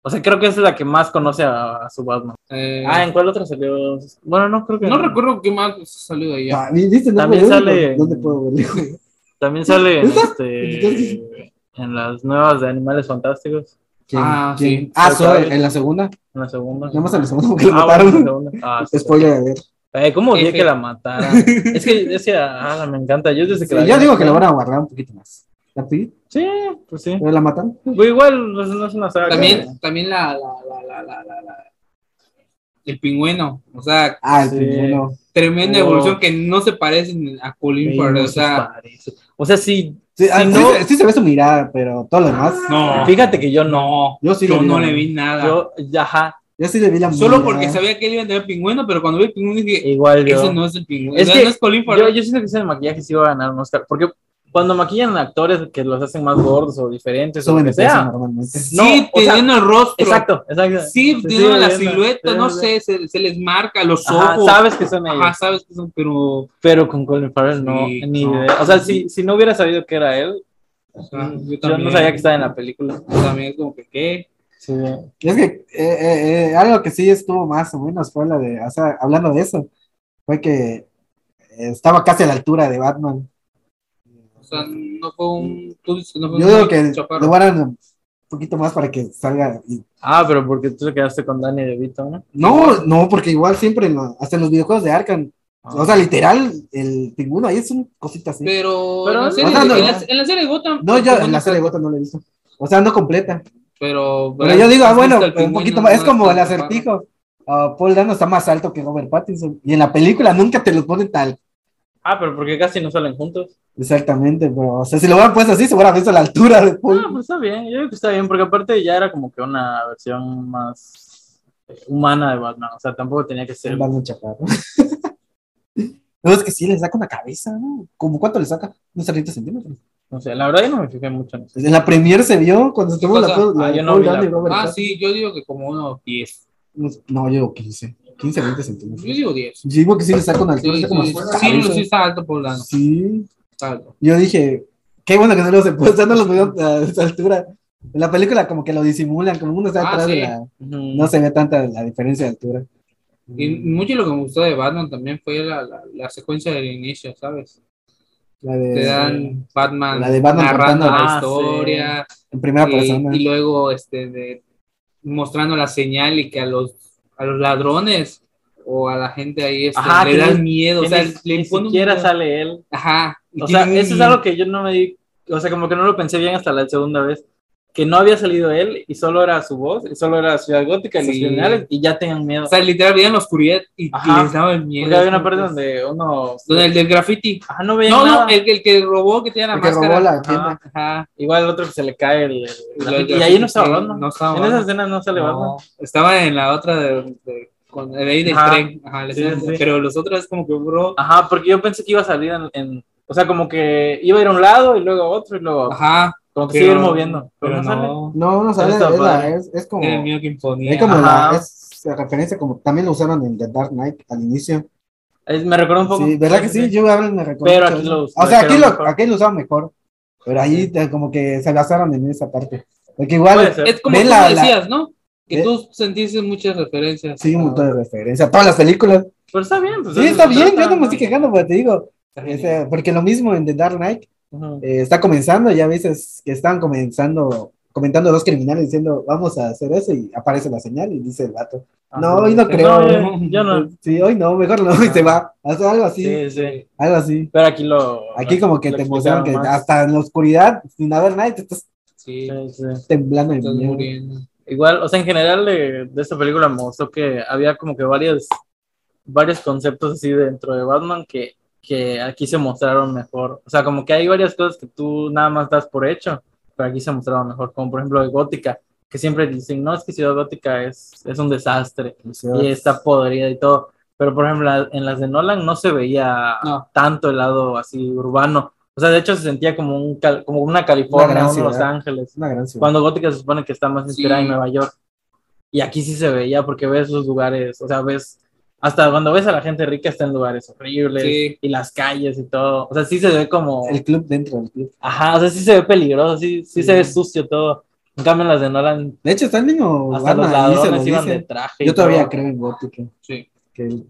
O sea, creo que esa es la que más conoce a, a su Batman. Eh, Ah, ¿en cuál otra salió? Bueno, no creo que. no recuerdo qué más salió de allá. Ah, ¿Viste? No También puedo- sale- ¿Dónde puedo ver Lego? También sale en, ¿Esa? este, en las nuevas de Animales Fantásticos, [LAUGHS] ¿Quién? Ah, ¿Quién? sí. Ah, Zoe, en la segunda. en la segunda. Nada más en la segunda porque lo Ah, bueno, en la mataron. segunda. [LAUGHS] Ah, sí. Spoiler alert. Eh, ¿Cómo odié F. que la mataran? Es que decía, ah, me encanta. Yo desde que la vi- Yo digo que la van a guardar un poquito más. ¿La pide? Sí, pues sí. ¿Pero la matan? Pero igual pues, no es una saga. que- También, también la, la, la, la, la, la, la- el pingüino, o sea, Ah, el Sí. primero. tremenda Wow. evolución que no se parece ni a Colin Sí, Farrell, no o se sea, parece. o sea, sí, Sí, ah, Si sí no- se- sí se ve su mirada, pero todo lo demás. no, fíjate que yo no. no, Yo sí yo le vi no la- le vi nada, Yo, ya, ajá, Yo sí le vi la solo mirada. porque sabía que él iba a tener pingüino, pero cuando vi el pingüino dije, igual yo. ese no es el pingüino, Es o sea, que no es Colin yo. Farrell, Yo siento que ese maquillaje sí va a ganar un Oscar. Porque cuando maquillan a actores que los hacen más gordos o diferentes o lo Suben de que peso sea. normalmente. sí, no, o sea, teniendo el rostro, Exacto, exacto. sí, Se teniendo sigue la viendo, silueta, se no sigue sé, se, se les marca los viendo. Ajá, ojos, sabes que son ellos. Ajá, sabes que son, pero, Pero con Colin Farrell no, Sí, ni no. idea. O sea, si, si no hubiera sabido que era él, o sea, yo Mm, yo también, no sabía que estaba en la película. también es como que, ¿qué? Sí. Es que eh, eh, eh, algo que sí estuvo más o menos fue la de, o sea, hablando de eso, fue que eh, estaba casi a la altura de Batman. O sea, no fue un. Tú dices, no fue Yo un digo que chaparro. lo guardan un poquito más para que salga. y- Ah, pero porque tú te quedaste con Danny DeVito, ¿no? No, no, porque igual siempre, en lo- hasta en los videojuegos de Arkham, o sea, literal, el pingüino ahí es un cosita así. Pero, Pero en, la no, serie, no, no. en, la, en la serie de Gotham. No, yo tampoco en la serie de Gotham no lo he visto. O sea, no completa. Pero, Pero yo digo, ah, has bueno, visto al un poquito pingüino, más. no Es como está el chaparro. acertijo. Ah, Paul Dano está más alto que Robert Pattinson. Y en la película nunca te lo ponen tal. Ah, pero porque casi no salen juntos. Exactamente, pero, o sea, si lo hubieran puesto así, se hubiera visto a la altura de Ah, [LAUGHS] Paul. pues está bien. Yo creo que está bien, porque aparte ya era como que una versión más eh, humana de Batman. O sea, tampoco tenía que ser. Van un chaparro. [LAUGHS] No, es que sí, le saca una cabeza, ¿no? ¿Cómo cuánto le saca? Unos 30 centímetros. No sé, la verdad yo no me fijé mucho en eso. En la premier se vio cuando se tomó la Cosa, foto. la ah, de yo no Paul vi la- Dano y Robert Ah, Pattinson. sí, yo digo que como unos 10. Unos- No, yo digo 15. 15, 20 Yo centímetros. digo 10. Sí, Yo digo que sí le saca una altura. sí, está como sí, su sí, cabeza. sí está alto por la sí. está alto. Yo dije, qué bueno que no los [LAUGHS] puesto, no los veo a esa altura. En la película como que lo disimulan, como uno está Ah, atrás sí. de la... No se ve tanta la diferencia de altura. Y Mm. mucho de lo que me gustó de Batman también fue la, la, la secuencia del inicio, ¿sabes? La de... Te dan Batman, Eh, La de Batman narrando contando- la Ah, historia. En primera Eh, y, persona. y luego este de- mostrando la señal y que a los a los ladrones o a la gente ahí este, Ajá, le que das ni- miedo, o Que sea, ni, le ni pone un siquiera miedo. sale él. Ajá. y O sea, tiene un- eso es algo que yo no me di, o sea, como que no lo pensé bien hasta la segunda vez, que no había salido él y solo era su voz, y solo era Ciudad Gótica y los Sí. criminales y ya tenían miedo. O sea, literal veían la oscuridad y, y Ajá. les daba el miedo. Porque había una parte Entonces, donde uno... donde el del graffiti. Ajá, no veía No, nada. no, el, el que robó que tenía la El que máscara. robó la tienda. Ajá. Igual el otro que se le cae el... El- la- el y ahí no estaba graffiti, Batman. No estaba En esa Batman. escena no sale No, Batman. Estaba en la otra de, de- con, de ahí del Ajá. tren. Ajá, la Sí, escena- sí, sí. Pero los otros es como que, bro. Ajá, porque yo pensé que iba a salir en, en- O sea, como que iba a ir a un lado y luego a otro y luego... Ajá. como que pero- se iba a ir moviendo. Pero Pero, no, sale. no. No, no sale, Pero está es, la- padre. es- es como, Era el miedo que imponía. es como Ajá. la, es la referencia, como también lo usaron en The Dark Knight al inicio. Es- me recuerda un poco. Sí, ¿verdad que sí? Yo ahora me recuerdo. Pero mucho aquí eso. O lo- lo sea, aquí hicieron lo, mejor. aquí lo usaron mejor. Pero ahí te- como que se basaron en esa parte. Porque igual, Puede ser. Es como Ve tú la- la- decías, ¿no? Que Ve- tú sentiste muchas referencias. Ah, sí, un montón de referencia. Todas las películas. Pero está bien. pues, Sí, eso está se bien, yo trata, no me estoy quejando, pero te digo. o sea, porque lo mismo en The Dark Knight. Ujú. eh, está comenzando, ya veces que están comenzando, comentando dos criminales diciendo, vamos a hacer eso, y aparece la señal y dice el vato, no, hoy no creo. yo- yo Ah, no. sí, hoy no, mejor no, y se va, o sea, algo así, Sí, sí. algo así. Pero aquí lo. Aquí como que lo te emocionan que ah, explicaron más. hasta en la oscuridad, sin haber nadie, te estás Sí, Sí, sí. temblando el estás miedo. muriendo. Igual, o sea, en general de, de esta película me gustó que había como que varios, varios conceptos así dentro de Batman que, que aquí se mostraron mejor. O sea, como que hay varias cosas que tú nada más das por hecho, pero aquí se mostraron mejor. Como por ejemplo de Gótica, que siempre dicen, no, es que Ciudad Gótica es, es un desastre y está podrida y todo. Pero por ejemplo, la- en las de Nolan no se veía No. tanto el lado así urbano. O sea, de hecho se sentía como, un cal- como una California, gran un Los ciudad. Ángeles. Es una gran ciudad. Cuando Gótica se supone que está más inspirada Sí. en Nueva York. Y aquí sí se veía porque ves los lugares, o sea, ves, hasta cuando ves a la gente rica está en lugares horribles Sí. y las calles y todo. O sea, sí se ve como, El club dentro del club. ajá, o sea, sí se ve peligroso, sí, sí, Sí. se ve sucio todo. En cambio, en las de Nolan, De hecho, está el mismo hasta los Batman, Pues ahí se ladrones lo iban dice. de traje. y Yo todavía todo. creo en Gótica, Sí. que él,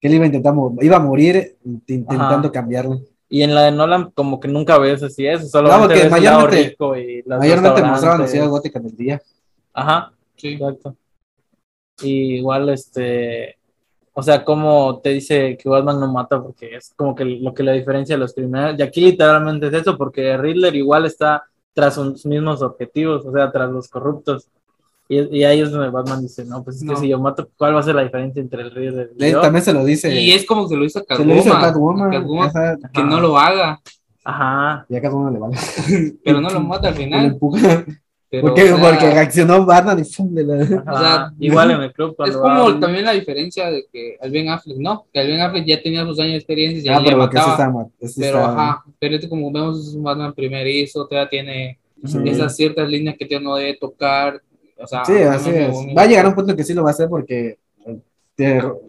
que él iba a intentar, mo- iba a morir intentando Ajá. cambiarlo. Y en la de Nolan, como que nunca ves así eso, solo No, porque ves el lado mayormente- rico y las Mayormente mostraban la restaurantes. ciudad gótica en el día. Ajá. Sí. Exacto. Y igual, este, o sea, como te dice que Batman no mata porque es como que lo que la diferencia de los criminales. Y aquí literalmente es eso, porque Riddler igual está tras sus mismos objetivos, o sea, tras los corruptos. Y, y ahí es donde Batman dice, no, pues es que No. si yo mato, ¿cuál va a ser la diferencia entre el Riddler y Él yo? también se lo dice. Y es como que lo hizo a se lo dice a Catwoman. Catwoman. a Catwoman, ajá, que no lo haga, Ajá. y a Catwoman le vale. [LAUGHS] pero no lo mata al Y le final. empuja. Pero, ¿Por qué? o sea, Porque reaccionó Batman y ¡fum! le la- ajá. O sea, igual en el club Es cuando como hablan- también la diferencia de que al Ben Affleck, no, que al Ben Affleck ya tenía sus años de experiencia y ya Ah, le pero porque ese mataba. está. ma- ese pero está- ajá, pero este como vemos es un Batman primerizo, todavía tiene Ujú. esas ciertas líneas que ya no debe tocar. O sea, Sí, no así me- es. me- Va a llegar un punto en que sí lo va a hacer porque. eh, te- Pero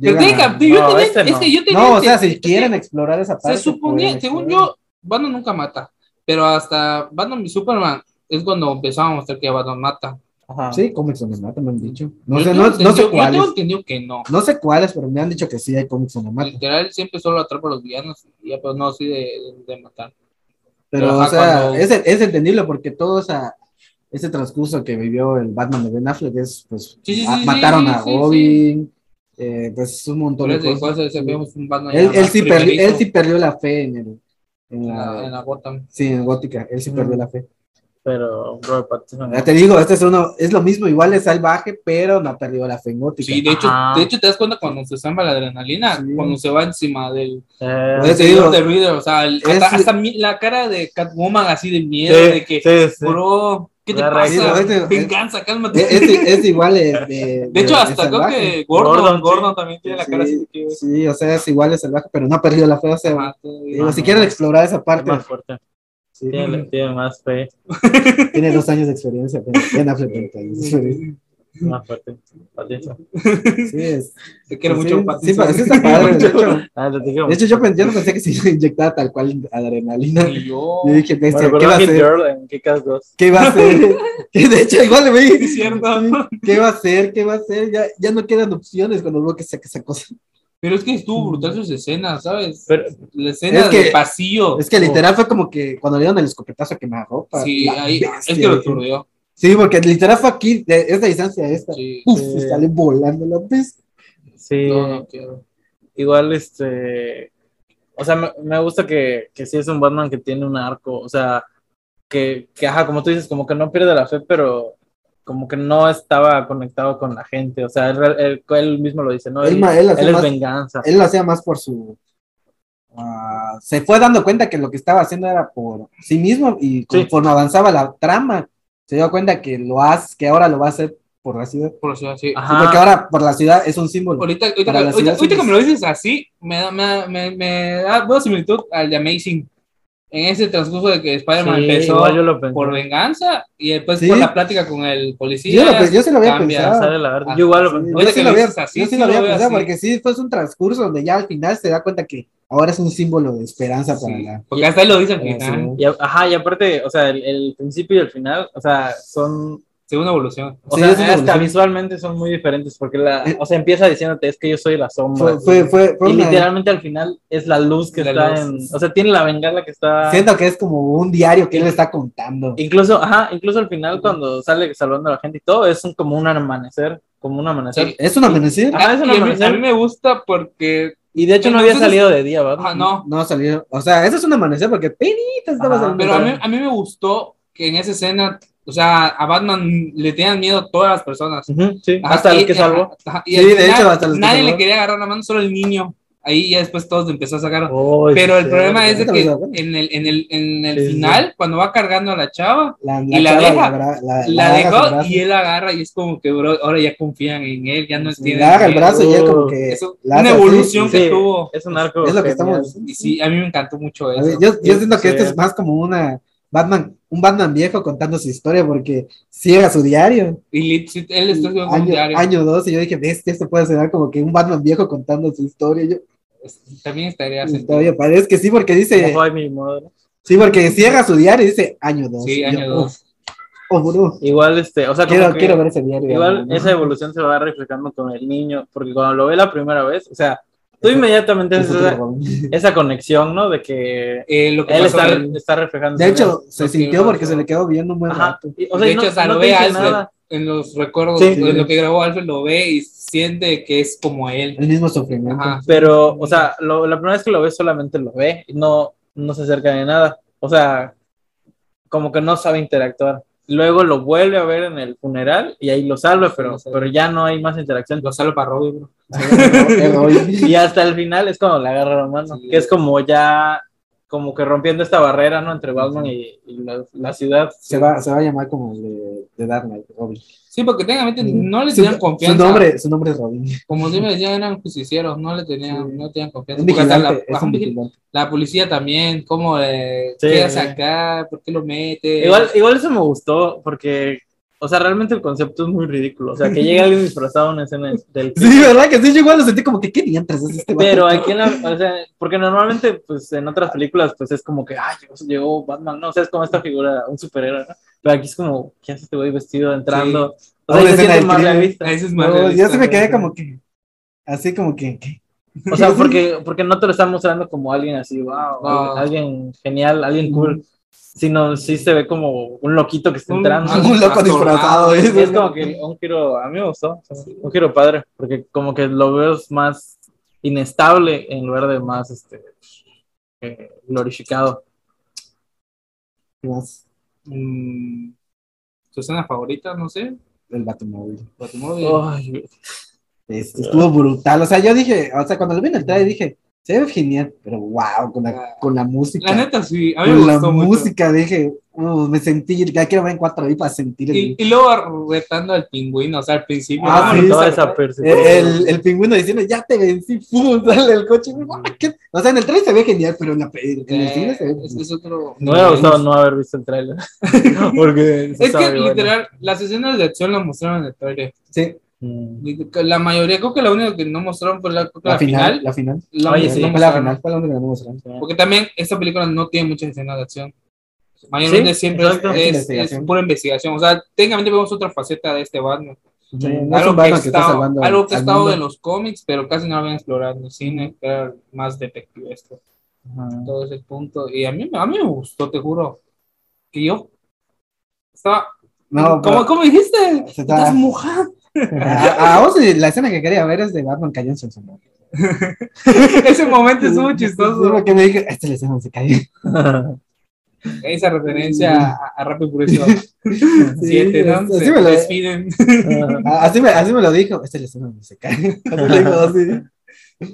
llegan tiene a- que- yo No, tenía- este es no. que yo tenía No, o sea, ente- si quieren explorar esa parte. Se suponía, pueden según explorar. yo, Batman nunca mata, pero hasta Batman y Superman es cuando empezamos a mostrar que Batman mata. Ajá. Sí, cómics donde mata, me han dicho. No Yo sé, tengo no, no entendido- sé Yo tengo cuáles. entendido que no. No sé cuáles, pero me han dicho que sí hay cómics donde mata. Literal, siempre solo atrapa a los villanos, y ya, pero no así de, de matar. Pero, Ajá, o sea, cuando- es, es entendible porque todo esa, ese transcurso que vivió el Batman de Ben Affleck es, pues, Sí, sí, a- sí, mataron sí, a sí, Robin, eh, pues, un montón Pero de es de cosas. cosas, vemos un Batman ya Él, él más sí perdió, primerizo él sí perdió la fe en, el, en en la... la, en la Gotham. Sí, en Gótica, él sí Ujú. perdió la fe. Pero Robert Pattinson. Ya te digo, este es uno, es lo mismo, igual es salvaje, pero no perdió la fe en Gótica. Sí, de hecho, Ajá. de hecho te das cuenta cuando se samba la adrenalina, Sí. cuando se va encima del Eh, Pues, te digo, señor de Riddler, o sea, el- hasta, es- hasta mi- la cara de Catwoman así de miedo, sí, de que, sí, sí. bro, ¿qué te La pasa? reacción, este- Venganza, E- cálmate. es, es igual eh, de, de hecho, de hasta creo salvaje. que Gordon, Gordon, sí. Gordon, también tiene la cara así de que... Sí, sí, o sea, es igual de salvaje, pero no perdió la fe, o sea, "Ah, te- digo, no, si no. quieren explorar esa es parte, más fuerte. sí. Tiene, tiene más fe, Tiene dos años de experiencia. pero Ben Affleck tiene dos [LAUGHS] años de experiencia. más Ah, fuerte. Pattinson. Sí, es- Te quiero sí, mucho, sí, Pattinson". pa- [LAUGHS] sí está padre, de hecho. Ah, lo dije. De hecho, yo, pen- yo no pensé que se inyectaba tal cual adrenalina. Y yo... Yo dije, Me bestia, ¿qué recordó va a este, a Hit hacer? Girl en Kikas 2. ¿Qué va a [LAUGHS] hacer? Que de hecho, igual le vi. Sí, cierto. Sí, ¿Qué va a hacer? ¿Qué va a hacer? Ya, ya no quedan opciones cuando veo que saca esa cosa. Pero es que estuvo brutal sus escenas, ¿sabes? Pero- la escena Es que- del pasillo. Es que literal fue como que cuando le dieron el escopetazo que me ropa. Sí, la ahí, bestia, es que lo dije, aturdió. Sí, porque literal fue aquí, de esta distancia a esta. Sí. Uf, Sí. y sale volando la vez. Sí, No, eh, no quiero. igual este. O sea, me, me gusta que, que sí es un Batman que tiene un arco. O sea, que, que, ajá, como tú dices, como que no pierde la fe, pero como que no estaba conectado con la gente. O sea, él, él- él mismo lo dice, ¿no? Él Él, ma- él hace él es más- venganza. Él lo hacía más por su. ah, se fue dando cuenta que lo que estaba haciendo era por sí mismo y conforme avanzaba la trama, se dio cuenta que lo hace, que ahora lo va a hacer por la ciudad. Sí, Por eso, sí. Ajá. porque ahora por la ciudad es un símbolo. Ahorita, ahorita, Para la ahorita- ciudad ahorita sí que me lo dices así, me da, me da, me, me da buena similitud al de Amazing. En ese transcurso de que Spider-Man Sí, empezó igual yo lo pensé. por venganza y después Sí. por la plática con el policía. Yo, lo pe- yo se lo había cambia. pensado. Sale la verdad. Ah, Yo igual lo Sí, pensé. yo Ahorita sí que lo lo había, dices así, yo sí sí lo había lo veo pensado, así. porque sí fue un transcurso donde ya al final se da cuenta que ahora es un símbolo de esperanza para Sí, la. Porque hasta ahí lo dice al para la final. ciudad. Y a- ajá, y aparte, o sea, el, el principio y el final, o sea, son. Segunda evolución. O Sí, sea, es una hasta evolución. Eh, visualmente son muy diferentes, porque la. O sea, empieza diciéndote, es que yo soy la sombra. Fue, fue, fue, fue y una- literalmente al final es la luz que La está luz. en. O sea, tiene la bengala que está. Siento que es como un diario que él le está contando. Incluso, ajá, incluso al final cuando sale salvando a la gente y todo, es un- como un amanecer, como un amanecer. Sí. ¿Es un amanecer? Ah, eso no Y a, mí, me- a mí me gusta porque. Y de hecho no había Entonces- salido de día, ¿verdad? ah, no. No salió. O sea, eso es un amanecer porque penita estaba Ajá, saliendo. Pero a mí, a mí me gustó que en esa escena, o sea, a Batman le tenían miedo todas las personas. Ujú, sí, Ajá, hasta y- el que salvó. ajá, ajá, y Sí, al de final hecho, hasta los que Nadie salvó. le quería agarrar la mano, solo el niño. Ahí ya después todos le empezó a sacar. Ay, Pues Pero sí, el sí. problema es de Ahorita que lo saco. en el, en el, en el Sí, sí. final, cuando va cargando a la chava, La, y la chava deja. bra- la- la la agarra dejó su y él agarra y es como que, bro, ahora ya confían en él, ya no brazo. tienen Le agarra el miedo. brazo y él como que. uh, Es un- la hace una así. evolución que Sí, tuvo. Es un arco. Es lo que genial. estamos. Y sí, a mí me encantó mucho A ver, eso. yo, yo siento que Sí. este es más como una Batman, un Batman viejo contando su historia porque ciega su diario. Y lit- sí, él está haciendo un Año, diario. año 2 y yo dije, este, esto puede sonar como que un Batman viejo contando su historia. Yo, También estaría su sentido. historia, parece que sí, porque dice, Como How I Met Your Mother. sí, porque cierra su diario y dice año 2. Sí, año dos. Igual, este, o sea, como quiero, que quiero ver ese diario. igual ¿no? esa evolución se va reflejando con el niño, porque cuando lo ve la primera vez, o sea, tú Eso- inmediatamente haces Eso esa, [LAUGHS] creo. esa conexión, ¿no? De que Eh, lo que él pasó está, en- está reflejando. De su hecho, se Lo que sintió porque pasó. se le quedó viendo un buen Ajá. rato. Y, o sea, De y hecho, no, o sea, no lo te ve dice Alfred. nada. en los recuerdos, Sí. en lo que grabó Alfred, lo ve y siente que es como él. El mismo sufrimiento. Ajá. Pero, o sea, lo- la primera vez que lo ve solamente lo ve, y no, no se acerca de nada. O sea, como que no sabe interactuar. Luego lo vuelve a ver en el funeral y ahí lo salva, pero, Lo salva. pero ya no hay más interacción. Lo salva para Robin, bro. Error. Y hasta el final es cuando le agarra la mano, Sí. que es como ya, como que rompiendo esta barrera, ¿no? Entre Batman y, y la, la ciudad. se, va, se va a llamar como el de, de Dark Knight, Robin. Sí, porque técnicamente no le Su- tenían confianza. Su nombre, su nombre es Robin. Como [LAUGHS] siempre decían, eran justicieros, no le tenían, Sí. no tenían confianza. Un Porque hasta la, vigilante, es ajá, [LAUGHS] un un vigil- vigilante. la policía también, cómo eh, Sí. queda sacar, por qué lo mete. Igual, igual eso me gustó, porque, o sea, realmente el concepto es muy ridículo. O sea, que llega alguien disfrazado a una escena del [LAUGHS] Sí, ¿verdad? Que sí, yo igual lo sentí como que qué diantres es este vato? Pero aquí en la, o sea, porque normalmente, pues en otras películas, pues es como que, ay, llegó, llegó Batman, ¿no? O sea, es como esta figura, un superhéroe, ¿no? Pero aquí es como, ¿qué hace este güey vestido entrando? O Ahora sea, se escena siente del más crimen. realista. Eso es más No, realista. yo sí me quedé sí. como que. Así como que. ¿qué? O sea, porque, porque no te lo están mostrando como alguien así, wow, No. alguien genial, alguien cool, sino sí se ve como un loquito que está Un- entrando. Ah, [LAUGHS] Un loco trastornado. disfrazado. ¿eh? Y es como que un giro, a mí me gustó, o sea, un giro padre, porque como que lo veo más inestable en lugar de más este, eh, glorificado. Más Mm, ¿Tu escena favorita? No sé. El Batimóvil. Batimóvil. Oh, Ay, Este, estuvo brutal. O sea, yo dije, o sea, cuando lo vi en el trailer dije, se ve genial, pero wow, con la, con la música. Ah. La neta, sí, a mí me con la gustó mucho. música, dije, uh, me sentí, ya quiero ver en 4D para sentir el. Y, y luego retando al pingüino, o sea, al principio. Ah, ¿no? sí, toda Esa- esa percepción. Eh, El, el pingüino diciendo, ya te vencí, pum, [LAUGHS] sale el coche. ¡guau! ¿Qué? O sea, en el trailer se ve genial, pero en, la, pe- en el cine se ve. Eh, es, es otro. No me ha gustado no haber visto el trailer. [LAUGHS] Porque sí Es estaba que bien bueno. literal, las escenas de acción las mostraron en el trailer. Sí, Mm. La mayoría, creo que la única que no mostraron fue la, creo que la, la final, final. La final. Eh, la Oye, única sí, que no fue la mostraron. final, fue la única que no mostraron. Porque también esta película no tiene muchas escenas de acción. Mayormente Sí, siempre es, exacto. es- Es investigación. es pura investigación. O sea, técnicamente vemos otra faceta de este Batman. Sí, no es algo un que, Batman ha que, está estado- salvando. algo que ha al estado mundo. en los cómics, pero casi no lo habían explorado en el cine, que era más detective esto, Ajá. todo ese punto. Y a mí, a mí me gustó, te juro, que yo estaba No, ¿Cómo, pero- ¿Cómo dijiste? Se está- Estás mojado. a, a vos eh, la escena que quería ver es de Batman cayendo en su muerte. [LAUGHS] Ese momento [LAUGHS] estuvo chistoso. Porque me dije, esta es la escena donde se cayó. [LAUGHS] Esa Mm. referencia a, a Rápido y [LAUGHS] Furioso Sí, 7, ¿no? este, así Se me lo- despiden. Ah, Así me, así me lo dijo, esta es la escena donde se cae. [LAUGHS] Así le digo, así.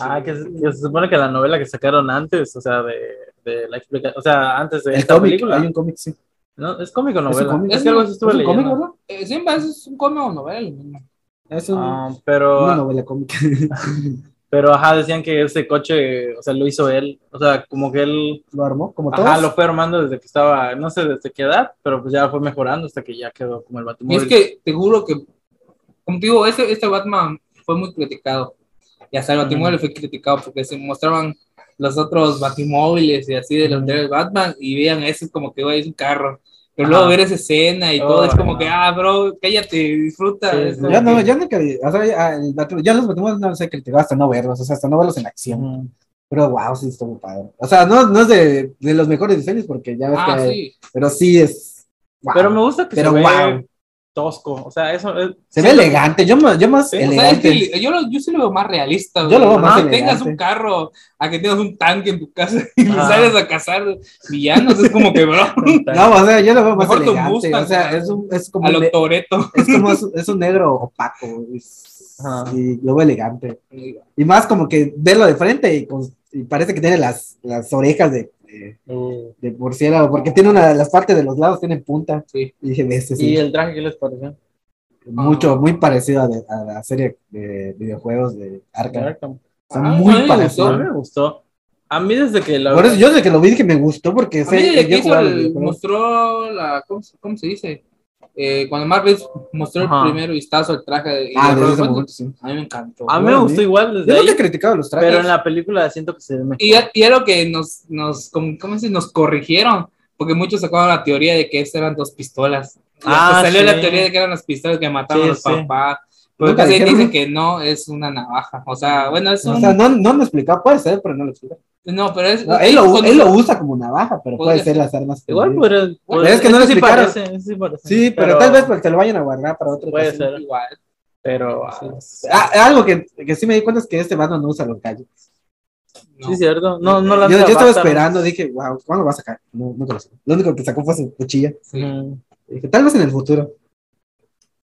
Ah, que, se- que se supone que la novela que sacaron antes, o sea, de, de la explicación, o sea, antes de El esta cómic, película. hay un cómic, sí. No, es cómico un novela. cómic. Es, que algo así estuve ¿Es un leyendo. cómic, verdad? Eh, Siempre es un cómic o novela. ¿no? Es un- Ah, pero, una novela cómica. pero, ajá, decían que ese coche, o sea, lo hizo él. O sea, como que él, [LAUGHS] Lo armó, como todos. ajá, lo fue armando desde que estaba, no sé desde qué edad, pero pues ya fue mejorando hasta que ya quedó como el Y Batimóvil. es que te juro que, como te digo, este, este Batman fue muy criticado. Y hasta el Mm. Batimóvil fue criticado porque se mostraban los otros Batimóviles y así de los Ujú. anteriores Batman y vean, ese es como que güey, es un carro. Pero Ajá. luego ver esa escena y Oh, todo es como no. que, ah, bro, cállate, disfruta. Sí, Es sí. como Yo no, que- yo nunca vi, o sea, ya, el Batman- yo los Batman no los he criticado hasta no verlos, o sea, hasta no verlos en acción. Ujú. Pero wow, sí estuvo padre. O sea, no, no es de, de los mejores diseños porque ya ves Ah, que. sí. Pero sí es. guau. Pero me gusta que Pero se ve wow. tosco. O sea, eso es- Se ve elegante, yo, ma- yo más Sí, o sea, O sea, es elegante. que yo, lo- yo sí lo veo más realista. Yo güey. lo veo más que tengas elegante. un carro, a que tengas un tanque en tu casa y Ah. sales a cazar villanos, es como que, bro, No, o sea, yo lo veo más Mejor tu elegante. Mustang, o sea, güey. es, un- es como. a un lo ne- Toreto. es como es, es un negro opaco. es- Ajá. y lo veo elegante. Y más como que verlo de frente y, con- y parece que tiene las, las orejas de, de, Uh. de murciélago, porque tiene una las partes de los lados tienen punta. Sí. Y dije, este sí. ¿Y el traje qué les pareció? mucho, muy parecido a, de- a la serie de videojuegos de Arkham. Arkham. Está Ah, a mí muy me A parecido. mí me gustó. A mí desde que la Por eso yo desde que lo vi dije me gustó porque A mí sé- desde yo que hizo jugaba los el- videojuegos. mostró la, ¿cómo, se- cómo se dice? Eh, cuando Marvel mostró el Ajá. primer vistazo al traje de, y Ah, desde de Robert ese Pattinson, momento, sí. a mí me encantó. a mí me Bueno, gustó sí. igual desde Yo ahí, nunca he criticado los trajes. pero en la película siento que se ve mejor. Y, y es lo que nos, nos, como- ¿cómo se dice? nos corrigieron, porque muchos sacaban la teoría de que estas eran dos pistolas. Y Ah, hasta salió sí. la teoría de que eran las pistolas que mataban Sí, a los sí. papás. Pero Nunca casi dijeron. dicen que no, es una navaja. O sea, bueno, es un. O sea, no, no lo explicaba, puede ser, pero no lo explicaba. no, pero es. No, él, lo, son- él lo usa como navaja, pero puede Podría ser las armas. que Igual pues, tiene. podría. podría- es que no lo sí explicaron. parece, ese sí, parece. Sí, pero, tal vez porque lo vayan a guardar para otro. Puede ser. Igual. Pero. ah, algo que, que sí me di cuenta es que este Batman no usa los gallos. no. Sí, cierto. No, no la yo, yo estaba esperando, dije, wow, ¿cuándo va a sacar? No, nunca lo sacó. Lo único que sacó fue su cuchilla. Ujú, Dije, tal vez en el futuro.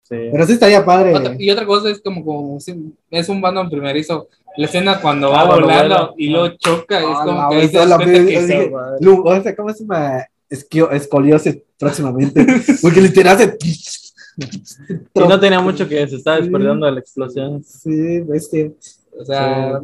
Sí. Pero sí estaría padre. Otra- y otra cosa es como, como si- es un Batman primerizo. La escena cuando va Ah, cuando volando vuela. y lo choca, es Ah, como la que ahí te besó das la cuenta vez, que así. Pero, dije, Lu- o sea, ¿cómo se llama? Esquio- escoliosis próximamente. Porque literal se. Y no tenía mucho que se estaba desperdiando de [LAUGHS] la explosión. Sí, bestia. o sea,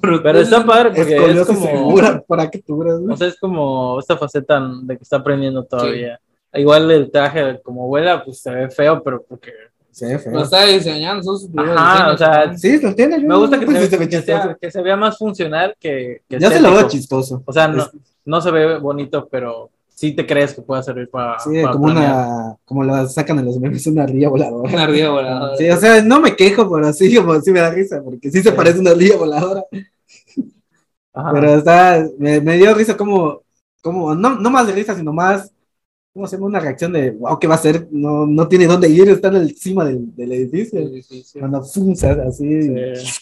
Pero está padre porque es Escoliosis como. segura. ¿Para qué tú duras, no? O sea, es como esta faceta de que está aprendiendo todavía. Igual el traje, como vuela, pues se ve feo, pero porque. Se ve feo. lo está diseñando, son sus primeros Ajá, o diseños, sea, ¿no? Pues Sí, lo tiene. yo Me gusta no que, pensé se, que se ve que chistoso. sea, que se vea más funcional que. que Ya se lo veo estético. chistoso. O sea, no, no se ve bonito, pero sí te crees que pueda servir para. Sí, para como planear. una. Como la sacan en los memes, una ardilla voladora. Una ardilla Ah, voladora. Sí, o sea, no me quejo, pero sí, como sí me da risa, porque sí se Sí. Ah. parece a una ardilla voladora. Ajá. Pero está. Me, me dio risa como. como no, no más de risa, sino más. ¿Cómo se llama? Una reacción de. Wow, ¿qué va a hacer? No, no tiene dónde ir, está en el- encima del, del edificio. Sí, sí, sí. Cuando funzas así. Sí.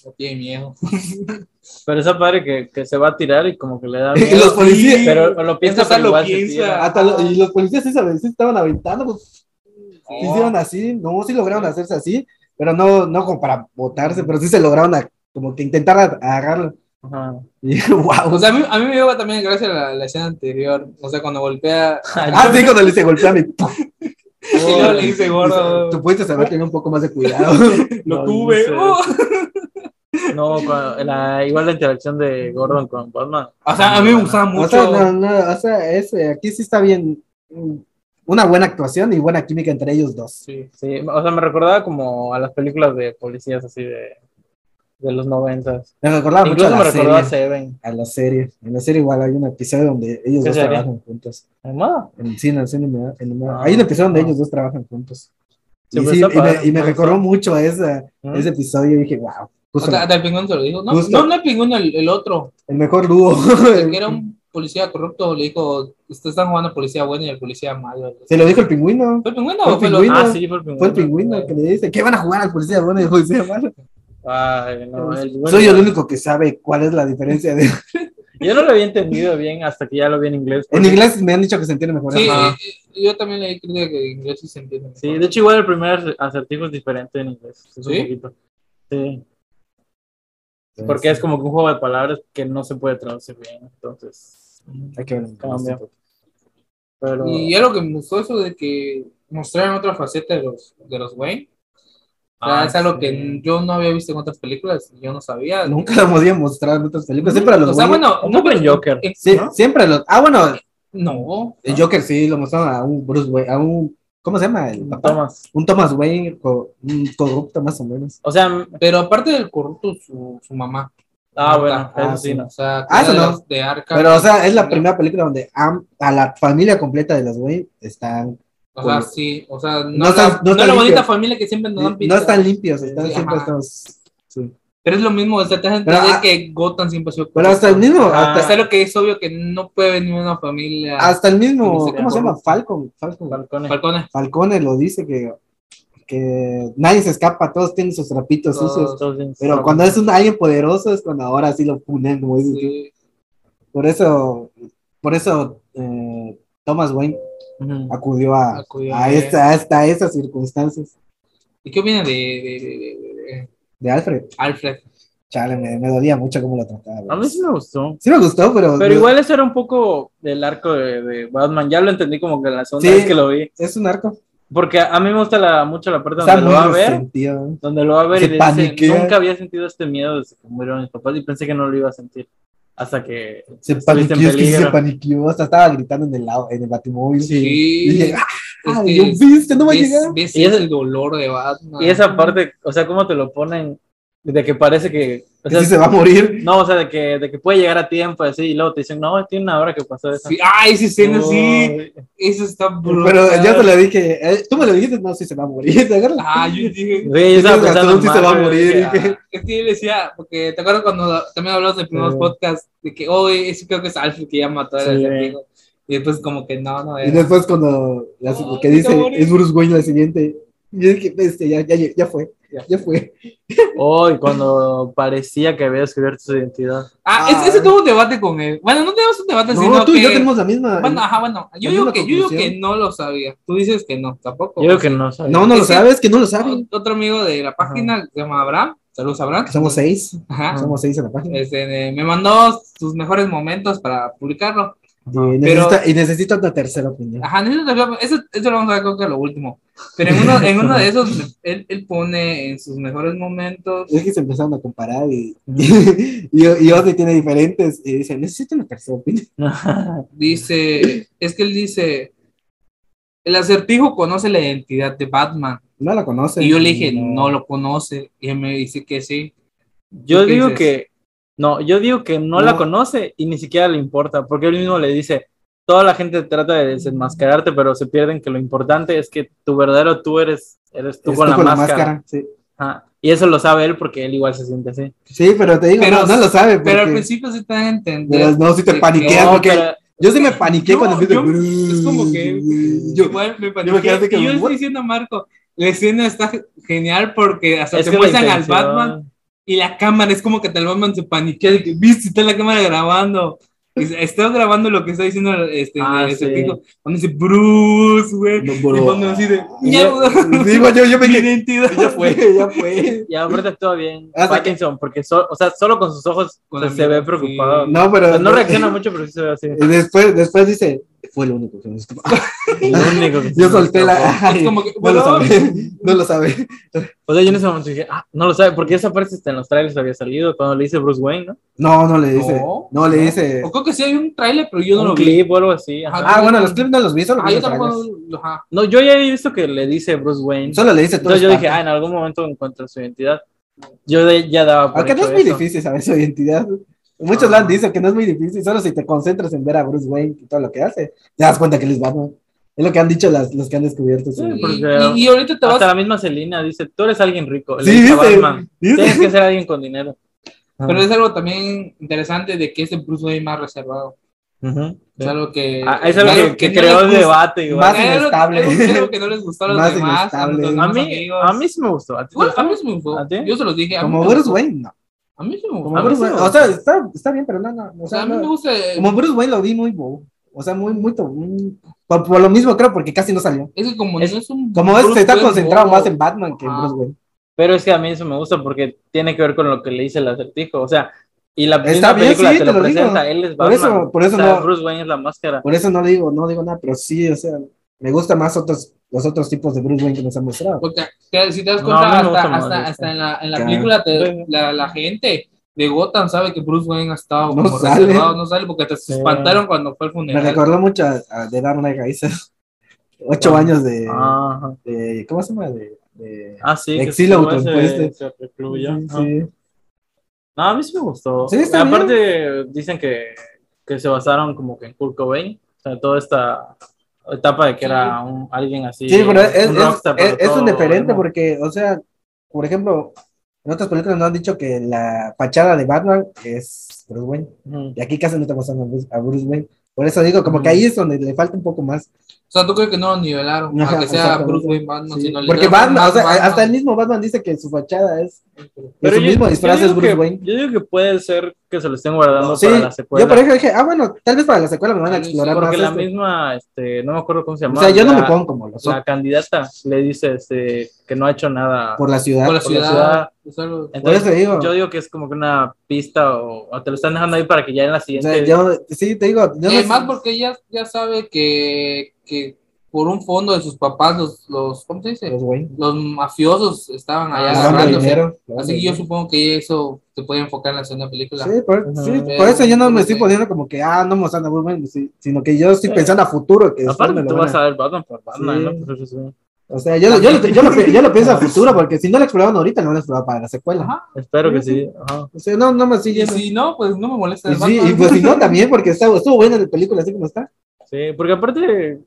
No tiene miedo. eh, Pero esa padre que, que se va a tirar y como que le da [LAUGHS] [LAUGHS] Y miedo. los policías. Pero lo piensa, Eso pero lo igual se piensa. tira. hasta lo- y los policías sí, se- sí estaban aventando, pues. Oh. Oh. Sí hicieron así, no, sí lograron hacerse así, pero no, no como para botarse, pero sí se lograron a- como que intentar a- agarrarlo. Ajá. Y [LAUGHS] wow. O sea, a mí, a mí me lleva también gracias a la, la escena anterior. O sea, cuando golpea ah, sí, cuando le dice golpea [LAUGHS] mi y luego le dice gordo. [LAUGHS] Tú puedes saber tener un poco más de [LAUGHS] cuidado. Lo No, tuve. dice- Oh. No, cua- la- igual la interacción de Gordon con Batman. O sea, a mí me gustaba o mucho. sea, no, no, o sea, es, eh, aquí sí está bien. mm, Una buena actuación y buena química entre ellos dos. Sí. Sí, o sea, me recordaba como a las películas de policías así de, de los noventas. Me recordaba Ah, mucho Incluso a me la, recordaba a serie, Seven. a la serie. En la serie igual hay un episodio donde ellos ¿Qué dos serie? trabajan juntos. ¿Animada? En, sí, en el cine. me da- en el- Ah, hay un episodio donde ah. ellos dos trabajan juntos. Y, Sí, pero sí, está y me, padre. y me recordó mucho a esa, ¿Mm? ese episodio y dije, wow, O justo sea, hasta el pingüino se lo dijo. No, Justo. no, no el pingüino, el, el otro. [LAUGHS] el mejor dúo. El que era un policía corrupto le dijo, ustedes están jugando al policía bueno y al policía malo. [LAUGHS] Se lo dijo el pingüino. ¿Fue el pingüino Fue o el fue el pingüino. otro? Ah, sí, fue el pingüino. Fue el pingüino que le dice, ¿qué van a jugar al policía bueno y al policía malo? Ay, no, el- bueno, Pues, Soy el único que sabe cuál es la diferencia. [LAUGHS] De... Yo no lo había entendido bien hasta que ya lo vi en inglés. En inglés me han dicho que se entiende mejor. Sí, Ajá. eh, eh, yo también leí crítica que en inglés sí se entiende. mejor. Sí, de hecho igual el primer acertijo es diferente en inglés. Es un ¿Sí? poquito. Sí, porque es como que un juego de palabras que no se puede traducir bien, entonces Hay que ver. cambia. Pero Y algo que me gustó eso de que mostraran otra faceta de los, de los Wayne. O sea, Ah, es algo sí. que yo no había visto en otras películas, yo no sabía. Nunca lo podía mostrar en otras películas. Siempre a los o sea, buenos- bueno, Un poco en Joker. eh, Sí, ¿no? siempre a los. Ah, bueno, No. Ah. el Joker sí lo mostraron a un Bruce Wayne, a un. ¿Cómo se llama? El papá? Tomás. Un Thomas Wayne co- un corrupto, más o menos. O sea, Pero aparte del corrupto, su, su mamá. ah, bueno, Ah, eso sí, sí. no. O sea, Ah, eso que era de no. los de Arkham. Pero, o sea, es la primera película donde am- a la familia completa de los Wayne están. O sea, sí. O sea, no, No la, están- no no están la bonita limpios. familia que siempre nos dan No están limpios, están Sí, siempre ajá. estos. sí. Pero es lo mismo, o sea, te das a Pero, entender ah, que Gotham siempre ha sido Pero hasta el corrupto. mismo. Ah. hasta, Hasta lo que es obvio que no puede venir una familia. hasta el no mismo. sé ¿Cómo se cómo. llama? Falcon. Falcon. Balcones. Falcones. Ah, Falcone lo dice que, que nadie se escapa, todos tienen sus trapitos Todos. sucios. Todos bien Pero saben. cuando es un alguien poderoso es cuando ahora sí lo punen, como dices tú. sí. Por eso, por eso eh, Thomas Wayne Ujú. acudió a, Acudió a, a- esta, hasta esas circunstancias ¿Y qué opinas de, de- de- de- de de Alfred. Alfred? Chale, me, me dolía mucho cómo lo trataba. A güey. mí sí me gustó. Sí me gustó, pero, Pero igual eso era un poco del arco de, de Batman. Ya lo entendí como que en la segunda Sí. vez que lo vi. es un arco. Porque a mí me gusta la, mucho la parte donde Está lo va a muy ver. resentido. Donde lo va a ver Se y le dice, paniquea. nunca había sentido este miedo desde que murieron mis papás y pensé que no lo iba a sentir. Hasta que... Se Estuviste en paniqueó, es que sí se peligro. paniqueó. Hasta estaba gritando en el, lado, en el batimóvil. Y dije, ¡ah! Es Ay, que yo, viste, no va a ves- llegar. ves Y esa- el dolor de Batman. Y esa parte, o sea, cómo te lo ponen de que parece que... o Que sea, sí se va a morir. No, o sea, de que, de que puede llegar a tiempo, así, y luego te dicen, no, tiene una hora que pasó eso. Sí, ¡Ay, esa escena No. sí! Eso está brutal. Pero yo te lo dije, eh, tú me lo dijiste, no, sí se va a morir. [LAUGHS] ¿te acuerdas? Ah, yo [LAUGHS] dije... Güey, yo estaba Tienes pensando razón, sí en se va a Marvel, morir, dije, dije. "Ah". Es que yo le decía, porque te acuerdas cuando también hablamos de primeros Sí. podcasts, de que, oh, ese creo que es Alfred que ya mató a Sí. amigo. Y después como que no, no Y era. después cuando la- Ay, que se dice murió. es Bruce Wayne la siguiente, y yo dije, este, ya, ya, ya fue, Ya. ya fue. Oh, y cuando parecía que había descubierto su identidad. Ah, es- Ah. ese tuvo un debate con él. Bueno, no tenemos un debate, No, sino tú que... y yo tenemos la misma. Bueno, ajá, bueno. la Yo digo, misma que, yo digo que conclusión. no lo sabía. Tú dices que no, Oh, tampoco. Yo creo que no sabía. No, no es lo que- sabes, que no lo saben. Ot- Otro amigo de la página que se llama Abraham. Saludos, Abraham. Que Somos seis, Ajá. somos seis en la página. Este, eh, me mandó sus mejores momentos para publicarlo. y, necesita, y necesita una tercera opinión. Ajá, en eso, eso, eso lo vamos a ver creo que lo último. Pero en uno, en uno de esos, él, él pone en sus mejores momentos. Es que se empezaron a comparar y, [LAUGHS] y, y Ozzy tiene diferentes. Y dice, necesito una tercera opinión. [LAUGHS] Dice, es que él dice, el acertijo conoce la identidad de Batman. No la conoce. Y yo le dije, no lo conoce. Y él me dice que sí. Yo ¿Tú qué digo dices? que no, yo digo que No. no, la conoce y ni siquiera le importa, porque él mismo le dice, toda la gente trata de desenmascararte, pero se pierden que lo importante es que tu verdadero tú eres eres tú Es con tú la máscara. sí. Ajá. Y eso lo sabe él porque él igual se siente así. Sí, pero te digo, Pero- no, no lo sabe. Porque, Pero al principio sí te dan a entender. pero no, si te que- paniqueas. No, porque pero- yo sí me paniqué No, cuando empecé. yo- es como que Yo, igual me yo me quedé así parece que, que yo le ¿what? estoy diciendo a Marco la escena está ge- genial porque hasta es te que la muestran al intención- Batman y la cámara es como que tal Batman se paniquea de que viste está la cámara grabando Y dice, está grabando lo que está diciendo este Ah, ese sí. pico cuando dice Bruce güey No, y bro. cuando así de Y ya, yo- [LAUGHS] güey, Sí, güey, pues yo, yo me mi quedé. identidad Ya fue, ya fue. Y aparte actúa bien Hasta Pattinson, porque so- o sea, solo con sus ojos Con se, la se ve mirada, preocupado. sí. No, O pero. sea, no reacciona mucho, pero sí se ve así. Y Después, después dice, fue lo único que me [LAUGHS] escapó. Lo único que [LAUGHS] se Yo me solté escapó. la. ay, Es como que, [LAUGHS] no lo bueno. sabe. No lo sabe. O sea, yo en ese momento dije, ah, no lo sabe, porque esa parte hasta en los trailers había salido cuando le dice Bruce Wayne, ¿no? No, no le dice. No, No, le dice. o creo que sí hay un tráiler pero yo no Un lo vi clip o algo así. ajá. Ah, bueno, los clips no los vi, solo, ah vi yo los tampoco trailers. lo- ajá. No, yo ya había visto que le dice Bruce Wayne. Solo le dice todo. Entonces yo dije, ah, en algún momento encuentra su identidad. Yo de- ya daba por Aunque no hecho es muy eso. difícil saber su identidad. Muchos lo han dicho que no es muy difícil, solo si te concentras en ver a Bruce Wayne y todo lo que hace, te das cuenta que les Batman. Es lo que han dicho las, los que han descubierto. su- Sí, Y- porque- y, y ahorita te vas Hasta la misma Selena dice, tú eres alguien rico. Le Sí, dice a dice, [LAUGHS] Batman, dice. tienes que ser alguien con dinero. Pero es algo también interesante de que este Bruce Wayne más reservado. Ujú. Es algo que. Ah, es algo que, que no creó les el gusta. debate. igual. Más Es algo- inestable. Es algo que no les gustó a los Más demás. A, inestable. los A demás mí, amigos. a mí sí me gustó. ¿A ti te Igual, gustó? a mí sí me gustó. ¿A ti? Yo se los dije. a mí Como me Bruce gustó. Wayne, no. A mí sí me gustó. Como A mí Bruce sí me Wayne, gustó. o sea, está, está bien, pero no, no. O O sea, sea, a mí me no. gusta. Como Bruce Wayne lo vi muy bobo. O sea, muy, muy, to- muy- por, por lo mismo creo, porque casi no salió. Es que como Es- no es un. Como este Bruce está Wayne concentrado bobo, más en Batman que en Ajá. Bruce Wayne. Pero es que a mí eso me gusta porque tiene que ver con lo que le dice el acertijo. O sea, y la Está misma bien, película sí, te te lo, lo digo. presenta. Él es Por Batman. eso- por eso O sea, no- Bruce Wayne es la máscara. Por eso no digo, no digo nada, pero sí, o sea, me gusta más otros, los otros tipos de Bruce Wayne que nos han mostrado. Porque te- si te das No, cuenta, a mí me hasta, gusta más hasta, este. hasta en la, en la Ya. película te- Sí. la, la gente de Gotham sabe que Bruce Wayne ha estado No como sale. reservado, no sale porque te se Sí. espantaron cuando fue el Me funeral. recordó mucho a, a de Dark Knight Rises. [LAUGHS] Ocho Bueno. años de, Ajá. de- ¿cómo se llama? De, de- Ah, sí. que Exilio estuvo ese- autoimpuesto. se recluyó. Sí, Ah. sí. No, a mí sí me gustó. Sí, está Aparte, dicen que, que se basaron como que en Kurt Cobain. O sea, toda esta etapa de que era un, alguien así. Sí, pero es, un es- rockstar, es- pero es un todo diferente emo. porque, o sea, por ejemplo, en otras películas nos han dicho que la fachada de Batman es Bruce Wayne. Ujú. Y aquí casi no te muestran a Bruce, a Bruce Wayne. Por eso digo, como que Ujú. ahí es donde le falta un poco más. O sea, ¿tú crees que no lo nivelaron? Ajá, Aunque sea exactamente. Bruce Wayne Batman, Sí, sino le Porque dieron Batman, más o sea, Batman. hasta el mismo Batman dice que su fachada es. Pero Pero su yo- mismo yo disfraz es digo Bruce que- Wayne. Yo digo que puede ser que se lo estén guardando Sí, para la secuela. yo por ejemplo dije, ah, bueno, tal vez para la secuela me van a Sí, explorar más. porque la esto. misma, este, no me acuerdo cómo se O llamaba. sea, yo no la- me pongo como los La otros candidata le dice este, que no ha hecho nada. por la ciudad. Por la por la ciudad. ciudad. o sea, lo- Entonces, eso digo. yo digo que es como que una pista o, o te lo están dejando ahí para que ya en la O sea, siguiente. yo, sí, te digo, yo Y no además sé- "Eh, porque ella ya sabe que, que por un fondo de sus papás, los, los ¿cómo se dice? Los Wayne. Los mafiosos estaban allá Lavando Lavando agarrándose. dinero. Así que yo supongo que eso te puede enfocar en la segunda película. Sí, por, Ajá. sí, por eso yo no me estoy poniendo como que, ah, no mostrando a Bruce Wayne, sí, sino que yo estoy Sí. pensando a futuro. Que después me Aparte, lo tú van vas a ver Batman por Batman, Sí. ¿no? Pues eso sí. O sea, yo, yo, lo- yo, lo, yo lo pienso a futuro, porque si no lo exploraron ahorita, lo van a explorar para la secuela. Ajá. Espero que sí. Ajá. O sea, no, no me sigue. Y si no, pues no me molesta Y el sí, Batman. y pues si no también, porque está, estuvo buena la película así como está. Sí, porque aparte.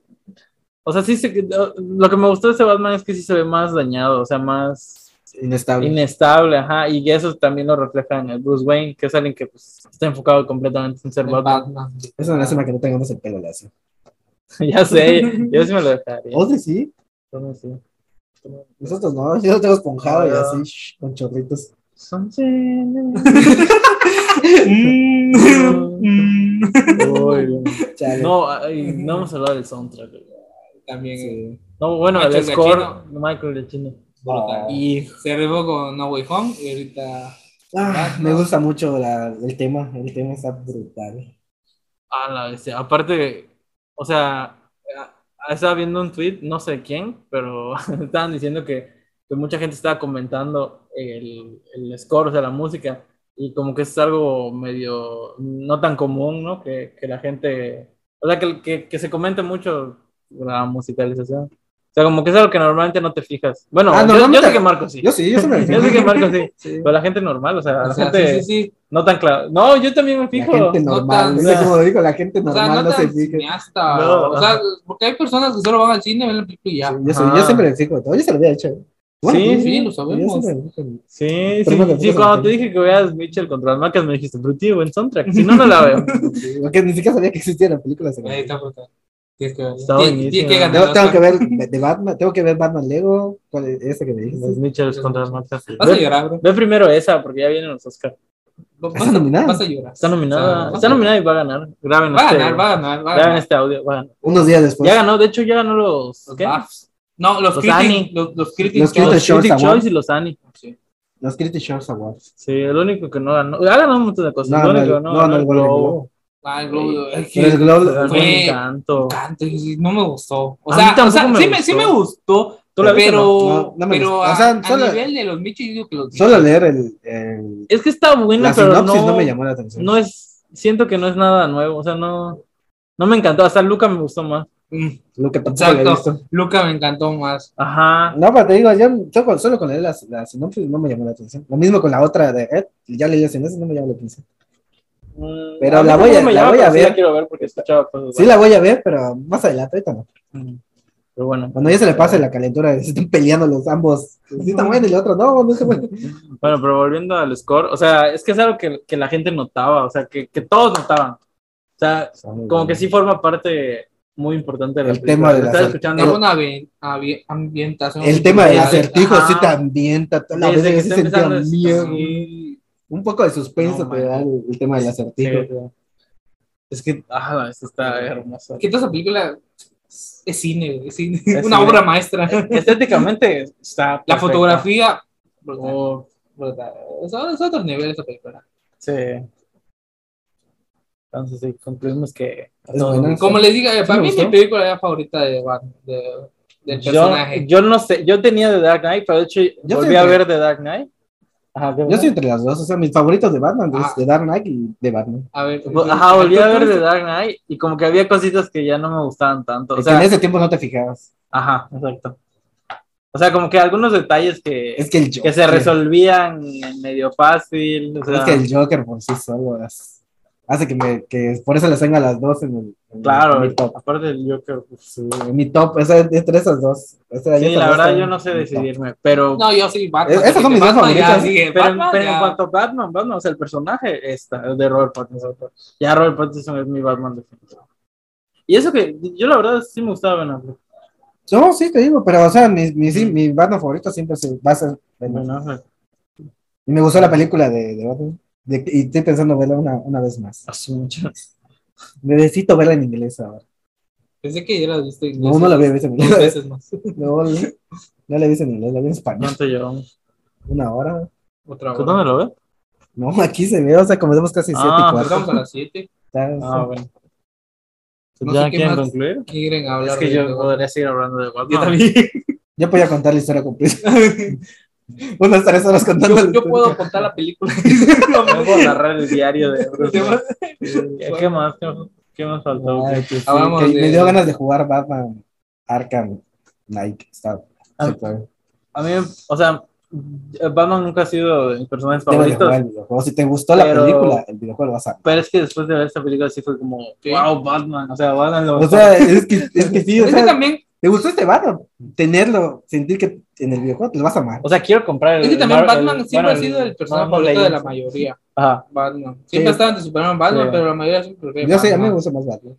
O sea, sí, se, lo que me gustó de ese Batman es que sí se ve más dañado, o sea, más Inestable. inestable, ajá, y eso también lo refleja en el Bruce Wayne, que es alguien que pues, está enfocado completamente en ser El Batman. Batman. Es una lástima que no tengamos el pelo lacio. [LAUGHS] ya sé, yo sí [LAUGHS] me lo dejaría. O sea, sí, Entonces, sí. nosotros no, yo lo tengo esponjado y Ah. así, shh, con [LAUGHS] chorritos. [LAUGHS] Something- Mm. Uy, bien. Chale. no, ay, no hemos hablado del soundtrack. También Sí. No, bueno, el Michael score, Giacchino. Michael Giacchino. Ah. Y se arribó con No Way Home y ahorita Ah, me gusta mucho la- el tema, el tema está brutal. a la bestia. Aparte, o sea, a- estaba viendo un tweet, no sé quién, pero [LAUGHS] estaban diciendo que, que mucha gente estaba comentando el, el score, o sea, la música, y como que es algo medio no tan común, ¿no? Que, que la gente, o sea, que, que, que se comente mucho la musicalización. O sea, como que es algo que normalmente no te fijas. Bueno, Ah, yo, yo normalmente- sé que Marco sí. Yo sí, yo se me Yo sé [LAUGHS] que Marco sí. Sí. Pero la gente normal, o sea, o la sea, gente sí, sí, sí. no tan clara. No, yo también me La fijo. gente no normal, tan- no sé cómo digo, la gente O sea, normal no, no se tan fija. cineasta. No. O sea, porque hay personas que solo van al cine, ven la película y ya. Yo, soy- Ajá. yo siempre le fijo todo, yo se lo había hecho. Sí, sí, lo yo sabemos. siempre me fijo. Sí, sí, Pero bueno, sí, eso cuando no te dije que veas Mitchell contra las macas, me dijiste, pero tío, buen soundtrack. Si no, no [LAUGHS] la veo. Sí, Porque ni siquiera sabía que existía la película. se me Ahí está, pues, Tienes que, Está tienes- tienes que buenísimo. ganar. Tengo, o tengo sea, que [LAUGHS] ver de Batman, tengo que ver Batman Lego, cuál es ese que me dijiste. Los Mitchells contra las macas. Vas a Ve, llorar, bro. ve primero esa, porque ya vienen los Oscars. Vas, ¿Está nominada? vas a llorar. Está nominada, O sea, está nominada y va a ganar. Graben Ah, Va a este, ganar, va a ganar, va a graben ganar. este audio. va a ganar. Unos días después. Ya ganó, de hecho, ya ganó los. Los ¿Qué? BAFTAs. No, los, Los critics- Annie. Los, los Los critics. Critics Los Choice Critic Award. Choice y los Annie. Sí. Los Critic Shorts Awards. Sí, el único que no ganó. Ha ganado un montón de cosas. No, lo no, único el- que no, no, el Golden Globe. Ah, el Globo, es que- Pero el Globo, Pero Fue- me encantó. tanto, y sí, no me gustó. O A sea, mí tampoco o sea, me sí, me, sí gustó. me gustó, ¿Tú la viste pero, o no? No, no me pero gustó. a, O sea, a solo- nivel de los Michis, yo digo que los Michis. solo leer el, el- Es que está buena, la pero sinopsis no, no, me llamó la atención. no es. Siento que no es nada nuevo. O sea, no. No me encantó. Hasta Luca me gustó más. Mm, Lo que tampoco Exacto. había visto. Luca me encantó más. Ajá. No, pero te digo, yo solo, solo con leer la, la sinopsis no me llamó la atención. Lo mismo con la otra de Ed, ya leí la sinopsis, no me llamó la atención. Mm, Pero mí la voy a- tampoco me la llama, voy a pero sí ver. la quiero ver porque pues, escuchaba cosas. Sí la voy a ver, pero más adelante, ahorita no. buenas. Pero bueno. Cuando ya se le pase la calentura, [LAUGHS] se están peleando los ambos. Sí, está bueno, y el otro, no, no se bueno. Bueno, pero volviendo al score, o sea, es que es algo que, que la gente notaba, o sea, que, que todos notaban. O Está, como que sí forma parte muy importante de la El película. tema de Lo la estaba sor- escuchando Es una ambi- ambi- ambientación. El tema del Ajá. acertijo sí te ambienta. toda La Desde vez que que está se sentía empezando es- miedo. Sí. Un poco de suspenso No, te da el, el tema del acertijo. Sí. Es que, ah, esto está hermoso. Que toda esa película es cine, güey, es cine. Es [LAUGHS] una cine. [LAUGHS] obra maestra. Estéticamente está. La perfecta. fotografía. brutal, Oh, brutal. Es, es otro nivel esa película. sí. Entonces, sí, concluimos que. Es buena. Como les digo, para me mí gustó. mi película era favorita de Batman, de- del Yo, personaje. yo no sé, yo tenía The Dark Knight, pero de hecho Yo volví soy- a ver The Dark Knight. Ajá, ¿qué Yo verdad? soy entre las dos, o sea, mis favoritos de Batman, Ah. es de Dark Knight y de Batman. A ver, Pues, Ajá, volví a ver ¿tú- The tú- Dark Knight y como que había cositas que ya no me gustaban tanto. O Es que sea, en ese tiempo no te fijabas. ajá, exacto. O sea, como que algunos detalles que, Es que el Joker. que se resolvían en medio fácil. O sea, Es que el Joker por sí solo es- hace que, me, que por eso les tenga las dos en, el, en claro, mi top. aparte del Joker. pues, Sí, en mi top, esa, entre esas dos. Esa- sí, esas la dos verdad son yo no sé mi top. decidirme, pero, No, yo sí, Batman. Es- esas son mis Batman más ya, favoritas. sí, pero, Batman pero en ya. cuanto a Batman, Batman, o sea, el personaje está de Robert Pattinson. Ya Robert Pattinson es mi Batman definitivo. Y eso que yo la verdad sí me gustaba Ben Affleck. No, sí, te digo, pero o sea, mi, mi, sí, Mm. mi Batman favorito siempre se- va a ser Ben Affleck. Ben Affleck. Y me gustó la película de, de Batman. De- y estoy pensando verla una, una vez más. Hace mucho. Necesito verla en inglés ahora. Pensé que ya la viste en No, no la había visto en [LAUGHS] [LAUGHS] Dos inglés. veces más. No, no, no la vi en inglés, la vi en español. ¿Cuánto llevamos? Una hora. Otra ¿Tú hora. dónde lo ves? No, aquí se ve, o sea, comenzamos casi siete Ah, y cuarto. Empezamos a las 7. Está- Ah, bueno. No ¿Ya sé qué quieren más concluir? Quieren Es hablar. que de- yo podría seguir hablando de Batman. [LAUGHS] Yo también. Yo podía contar la historia completa. [LAUGHS] Unas tres horas contando. Yo, la yo historia. puedo contar la película. [LAUGHS] Vamos a narrar el diario de Bruce ¿Qué Wayne. más? ¿Qué, qué más? ¿Qué, qué más faltó? Ay, que sí, Hablamos que de- Me dio ganas de jugar Batman Arkham Knight. Está. Ah, se puede. A mí, o sea, Batman nunca ha sido de mis personajes Debes de jugar favoritos, el videojuego. Si te gustó la pero- película, el videojuego lo vas a amar. pero es que después de ver esta película sí fue como, Sí. wow, Batman, o sea, Batman lo O sea, es que, es que sí, o [LAUGHS] Es que sea, también, te gustó este Batman. Tenerlo, sentir que en el videojuego te lo vas a amar. o sea, quiero comprar el... es que también el- Batman el- siempre bueno, ha sido el personaje Batman favorito de la Legends. mayoría. Ajá, Batman. Siempre Sí. estaban de Superman Batman, Sí. pero la mayoría siempre prefiere Yo sé, a mí me Batman. gusta más Batman.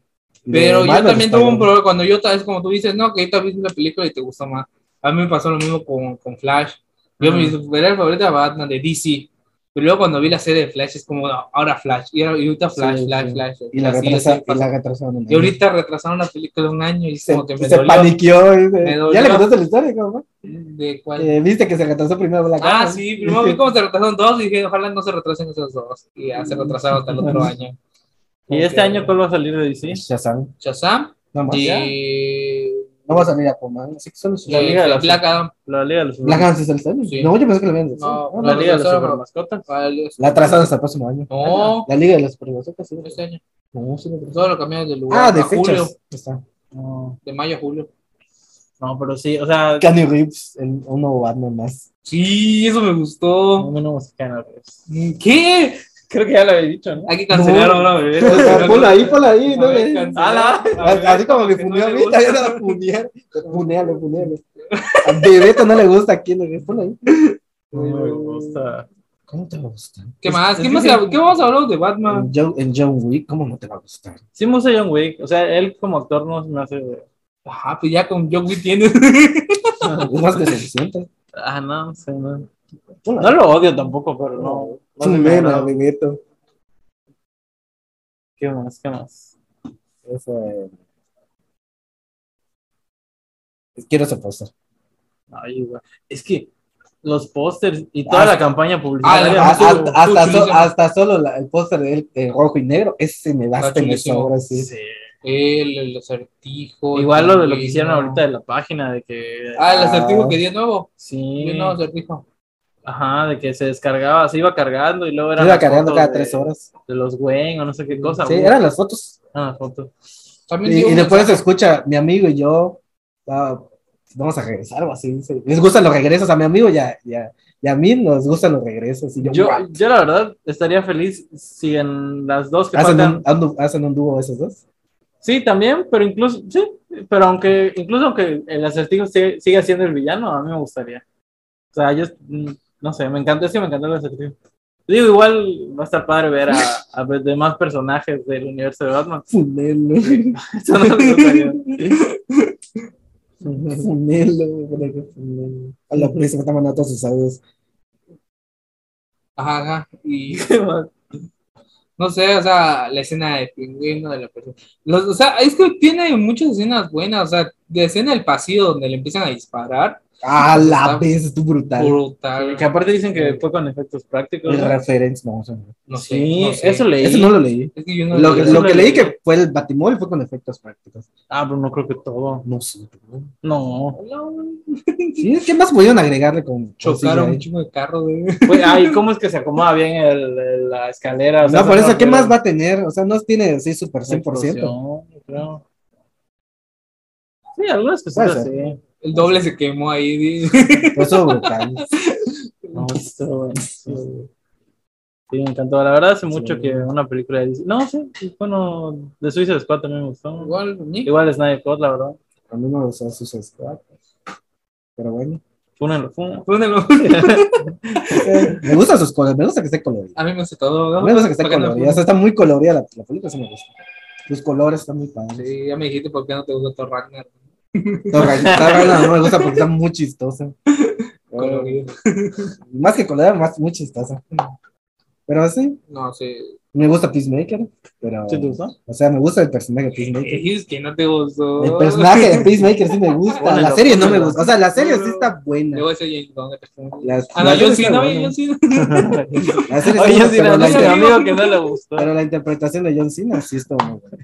Pero yo Batman también está tuve un bien. problema cuando yo tal vez como tú dices, no, que ahorita viste la película y te gustó más. A mí me pasó lo mismo con, con Flash. Yo Ujú. mi superhéroe favorito era Batman de DC. Pero luego cuando vi la serie de Flash es como, no, ahora Flash. Y, ahora- y ahorita Flash, Sí, Flash, sí. Flash. Y la, Así, retrasa, así y la pasa. retrasaron. un Y año. ahorita retrasaron la película un año y es se, como que me se dolió. paniqueó. y se- Me dolió. ya le contaste la historia, ¿cómo? ¿De cuál? Eh, Viste que se retrasó primero Black Ah, Adam. sí, primero [LAUGHS] vi cómo se retrasaron dos y dije, ojalá no se retrasen esos dos. Y ya se retrasaron hasta el [LAUGHS] otro año. y este año cuál va a salir de DC? Ya saben. Shazam No más. y, No va a salir a Aquaman. Así que solo se y La Liga de la Black Adam. La Liga de los Black Adam sí sale este año. Sí. No, yo pensé que lo habían hecho. No, No, La no. Liga de los Black- Supermascotas. La atrasaron hasta el próximo año. No. La Liga de los Supermascotas. Sí. Este año. No, sí lo atrasaron. Todo lo cambiaron de lugar. Ah, de a julio, fechas. Está. No, de mayo a julio. no, pero sí, o sea, Kenny Reeves, el, un nuevo Batman más. Sí, eso me no gustó. me gusta ¿Qué? Creo que ya lo había dicho, ¿no? Hay que cancelar No. ahora, bebé. [LAUGHS] ponla ahí, ponla ahí. A No, ver, le- cancela. A ver, Así como que que no funeó a le mí, gusta. ya la funear. Funealo, funealo. A Bebeto no le gusta a Kenny Reeves. Ponla ahí. No me gusta. ¿Cómo te va a gustar? ¿Qué más? Es- ¿Qué es más? que- Mm. ¿Qué vamos a hablar de Batman? En John, en John Wick, ¿cómo no te va a [LAUGHS] gustar? Sí me gusta John Wick, o sea, él como actor no se me hace... Ajá, pues ya con John [LAUGHS] Wick tienes. Es más que suficiente. Ah, no, no sé, no. Ponla No lo odio tampoco, pero no. no Es se un me meme, agrada. Bebeto. ¿Qué más? ¿Qué más? Es, eh, Quiero ese póster. Ay, güey. Es que los pósters y toda Ah, la campaña publicitaria. ah, me Hasta, ah, tuvo- ah, hasta, so- chulísimo. hasta solo la- el póster de él en rojo y negro, ese me Está basta y me chulísimo. sobra, sí. sí. El, el acertijo. Igual lo de lo que el hicieron chino. ahorita de la página, de que. Ah, el Ah. acertijo que dio nuevo. sí. Dio nuevo acertijo. Ajá, de que se descargaba, se iba cargando y luego Yo eran. iba las cargando fotos cada de- tres horas. De los Wayne o no sé qué cosa. Sí, güey. eran las fotos. Eran las fotos. También Y, dio y un después se escucha, mi amigo y yo, ah, vamos a regresar o así. dice. Les gustan los regresos a mi amigo y a, y a- y a mí nos gustan los regresos. Y yo, Yo, "Guau". yo la verdad estaría feliz si en las dos que ¿Hacen, faltan. un, ando- hacen un dúo esos dos. Sí, también, pero incluso, sí, pero aunque, incluso aunque el acertijo sigue- siga siendo el villano, a mí me gustaría. O sea, yo, mm, no sé, me encanta, es que me encanta el acertijo. Digo, igual va a estar padre ver a, a los demás personajes del universo de Batman. [LAUGHS] Funelo. Eso no lo sabía. [LAUGHS] Funelo, creo que funelo. A la prisa me está mandando todos sus audios. Ajá, ajá. Y no sé, o sea, la escena de pingüino de la persona. Los- o sea, es que tiene muchas escenas buenas. O sea, la escena del pasillo donde le empiezan a disparar. A la Está vez, tú brutal. Brutal. Ah, Que aparte dicen que fue con efectos prácticos. El reference, vamos a ver. No sé. sí, no sé. eso leí. Eso no lo leí. Es que yo no Lo, que- eso lo no que leí. leí que fue el batimol fue con efectos prácticos. Ah, pero no creo que todo. No sé. bro. No. Sí, ¿Qué más pudieron agregarle con con Chocaron un CGI? chingo de carro, güey. Güey, [LAUGHS] ay, ¿cómo es que se acomoda bien el- el- la escalera? O sea, No, por eso, ¿qué pero- más va a tener? O sea, no tiene así super 100%. Explosión, creo. Sí, algunas Puede cositas ser. sí. El doble se quemó ahí. di. [LAUGHS] Eso pues, brutal. [LAUGHS] No, estuvo buenísimo. Sí, me encantó. La verdad, hace mucho Sí. que una película de DC- No, sí, bueno, de Suicide Squad también me gustó. Igual, ni- Igual Snyder Cut, la verdad. A mí no me gustó sus squad. Pero bueno. Fúnenlo, fúnenlo. [LAUGHS] Pónelo. Me gustan sus colores, me gusta que esté colorido. A mí me gusta todo, Me ¿no? gusta que esté ¿Por qué no? colorido. O sea, está muy colorida la, la película, sí me gusta. Los colores están muy padres. Sí, ya me dijiste por qué no te gusta Thor Ragnar. Torra- Torra no me gusta porque está muy chistosa. Oh. Colorido. Más que colorida, más muy chistosa. Pero sí, No, sí. me gusta Peacemaker. Pero, ¿Sí [LAUGHS] te gustó? o sea, me gusta el personaje de Peacemaker. Es que no te gustó. El personaje [LAUGHS] de Peacemaker sí me gusta. La Pónelo, serie no me pónelo. gusta. O sea, la serie sí Pónelo. está buena. Le voy a decir James Bond. que- Las- Ah, la no, serie yo sí, está no, buena. yo sí. La serie está Oye, buena, sí, pero no, la dice mi inter- amigo que no le gustó. pero la interpretación de John Cena sí está muy buena.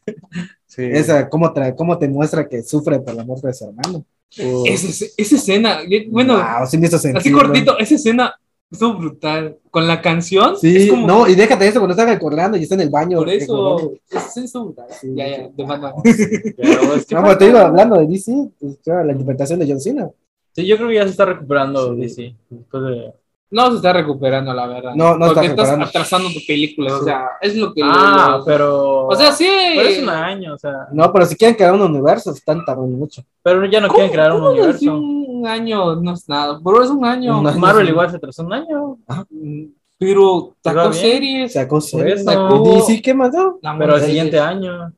Sí. Esa, cómo, tra- cómo te muestra que sufre por la muerte de su hermano. Uh, Esa esa escena, yo- bueno, Wow, Ah, sí me hizo sentir. así cortito, esa escena estuvo brutal. Con la canción, Sí, es como no, y déjate eso cuando están recordando y está en el baño. eh, por recordando. eso. Esa escena estuvo brutal. Sí. Ya, ya, te mando. pero es que- No, [LAUGHS] pero Ah, te digo, hablando de DC, pues, claro, la interpretación de John Cena. Sí, yo creo que ya se está recuperando Sí. DC. Después de... No se está recuperando, la verdad. No, no Porque está estás recuperando. atrasando tu película, o Sí. sea, es lo que. Ah, pero. O sea, sí. Pero es un año, o sea. No, pero si quieren crear un universo, están tardando mucho. Pero ya no ¿Cómo- quieren crear un cómo decir universo. Un año no es nada, bro, es un año. Un año. Marvel igual se atrasó un año. Pero Va sacó bien. series. Sacó series, eso. sacó DC, ¿qué más no? La Pero el moneda. siguiente año.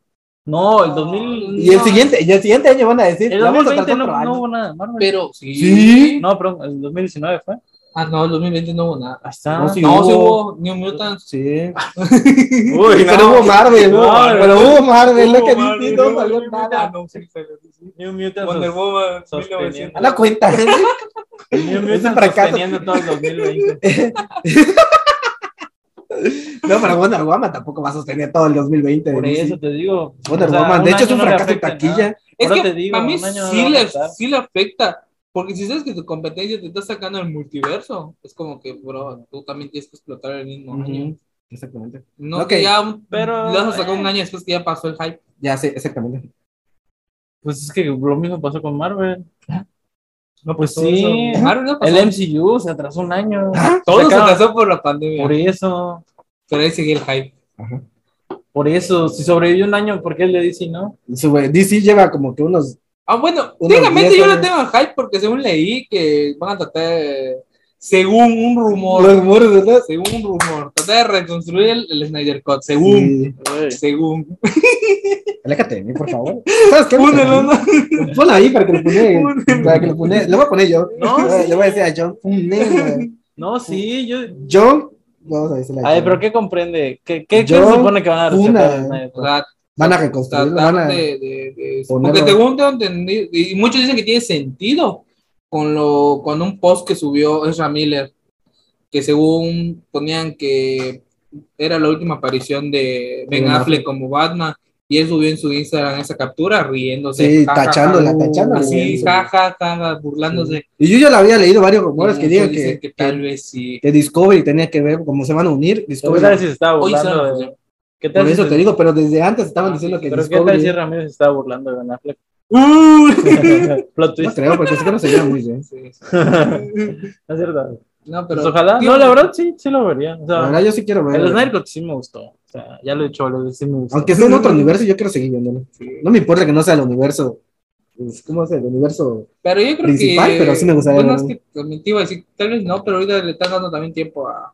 No, el 2000. Y el No. siguiente, y el siguiente año van a decir, El "La vamos a 2020 no, tardar otro no año". hubo nada de Marvel. Pero sí. Sí. No, pero el 2019 fue. Ah, no, el 2020 no hubo nada. Ahí está. Ah, No, sí. no, sí hubo. hubo New Mutants. Sí. [LAUGHS] Uy, [LAUGHS] Pero hubo Marvel, No, ¿no? Marvel. pero hubo Marvel, Hubo lo que Marvel, DC hubo no salió Ah, nada. no, sí, salió, sí. New Mutants. Wonder Woman sosteniendo. 1900. A la [LAUGHS] cuenta. New Mutants Ese fracaso. sosteniendo todo el 2020. [LAUGHS] No, pero Wonder Woman tampoco va a sostener todo el 2020. de Por DC. eso te digo. Wonder O sea, Woman, de un hecho, es año un no le fracaso de afecta en taquilla. nada. Es Ahora que te digo, a mí un año no sí, va a le, afectar. sí le afecta. Porque si sabes que tu competencia te está sacando el multiverso, es como que, bro, tú también tienes que explotar el mismo año. Ujú, Exactamente. No, Ok. que ya un- Pero, le vas a sacar un eh. año después que ya pasó el hype. Ya sé, exactamente. Pues es que lo mismo pasó con Marvel. No, pues pasó sí. eso. Marvel no pasó. El MCU se atrasó un año. Ah, Todo se Sacaron- pasó por la pandemia. Por eso. Pero ahí sigue el hype. Por eso. Si sobrevivió un año, ¿por qué le dice no? Su- DC lleva como que unos. Ah, bueno, Unos técnicamente diez yo le años. tengo el hype porque según leí que van a tratar, de- según un rumor, Los muros, ¿verdad? según un rumor, tratar de reconstruir el, el Snyder Cut, según, Sí. según. Aléjate de mí, por favor. ¿Sabes qué? Únelo, ¿no? Ponlo ahí para que lo [LAUGHS] pone. Únelo. Para que lo pone. Lo voy a poner yo. No, Le- sí. Le voy a decir a John. ponelo. No, sí, yo. John. Vamos a decirle a A ver, John. pero ¿qué comprende? ¿Qué, qué, qué Yo, se supone que van a Pues, rescatar una. de Snyder Cut? O sea, Van a reconstruirlo. Van tratar a. de, de- de- ponerlo- porque según tengo entendido, y muchos dicen que tiene sentido con lo con un post que subió Ezra Miller, que según ponían que era la última aparición de Ben Ben Affleck como Batman, y él subió en su Instagram esa captura riéndose, Sí, ja, ja, ja, tachándola, tachándola. así, Sí. ja, ja, ja, ja, burlándose. Y yo ya lo había leído varios Y rumores que muchos digan dicen que, que tal vez sí. que Discovery tenía que ver como se van a unir. ¿Qué tal si Discovery. se estaba Hoy burlando? sale, de- ¿Qué tal Por si eso se- te digo, pero desde antes estaban Ah, diciendo sí, que ¿Pero qué tal si Discovery. Ramírez se estaba burlando de [LAUGHS] Ben Affleck? Plot No [LAUGHS] twist. creo, porque sí que no se veía muy bien. sí, sí. No es cierto. No, Pues pero ojalá. No, la verdad sí, sí lo vería. O sea, La verdad, yo sí quiero el Snyder verlo. Cut sí me gustó. O sea, ya lo he dicho, lo sí me gustó. Aunque sea en otro universo, yo quiero seguir viéndolo. Sí. No me importa que no sea el universo. pues, ¿Cómo es el universo? Pero yo creo principal, que. pero sí me gustaría Bueno, es verlo. que también te iba a decir, tal vez no, pero ahorita le están dando también tiempo a,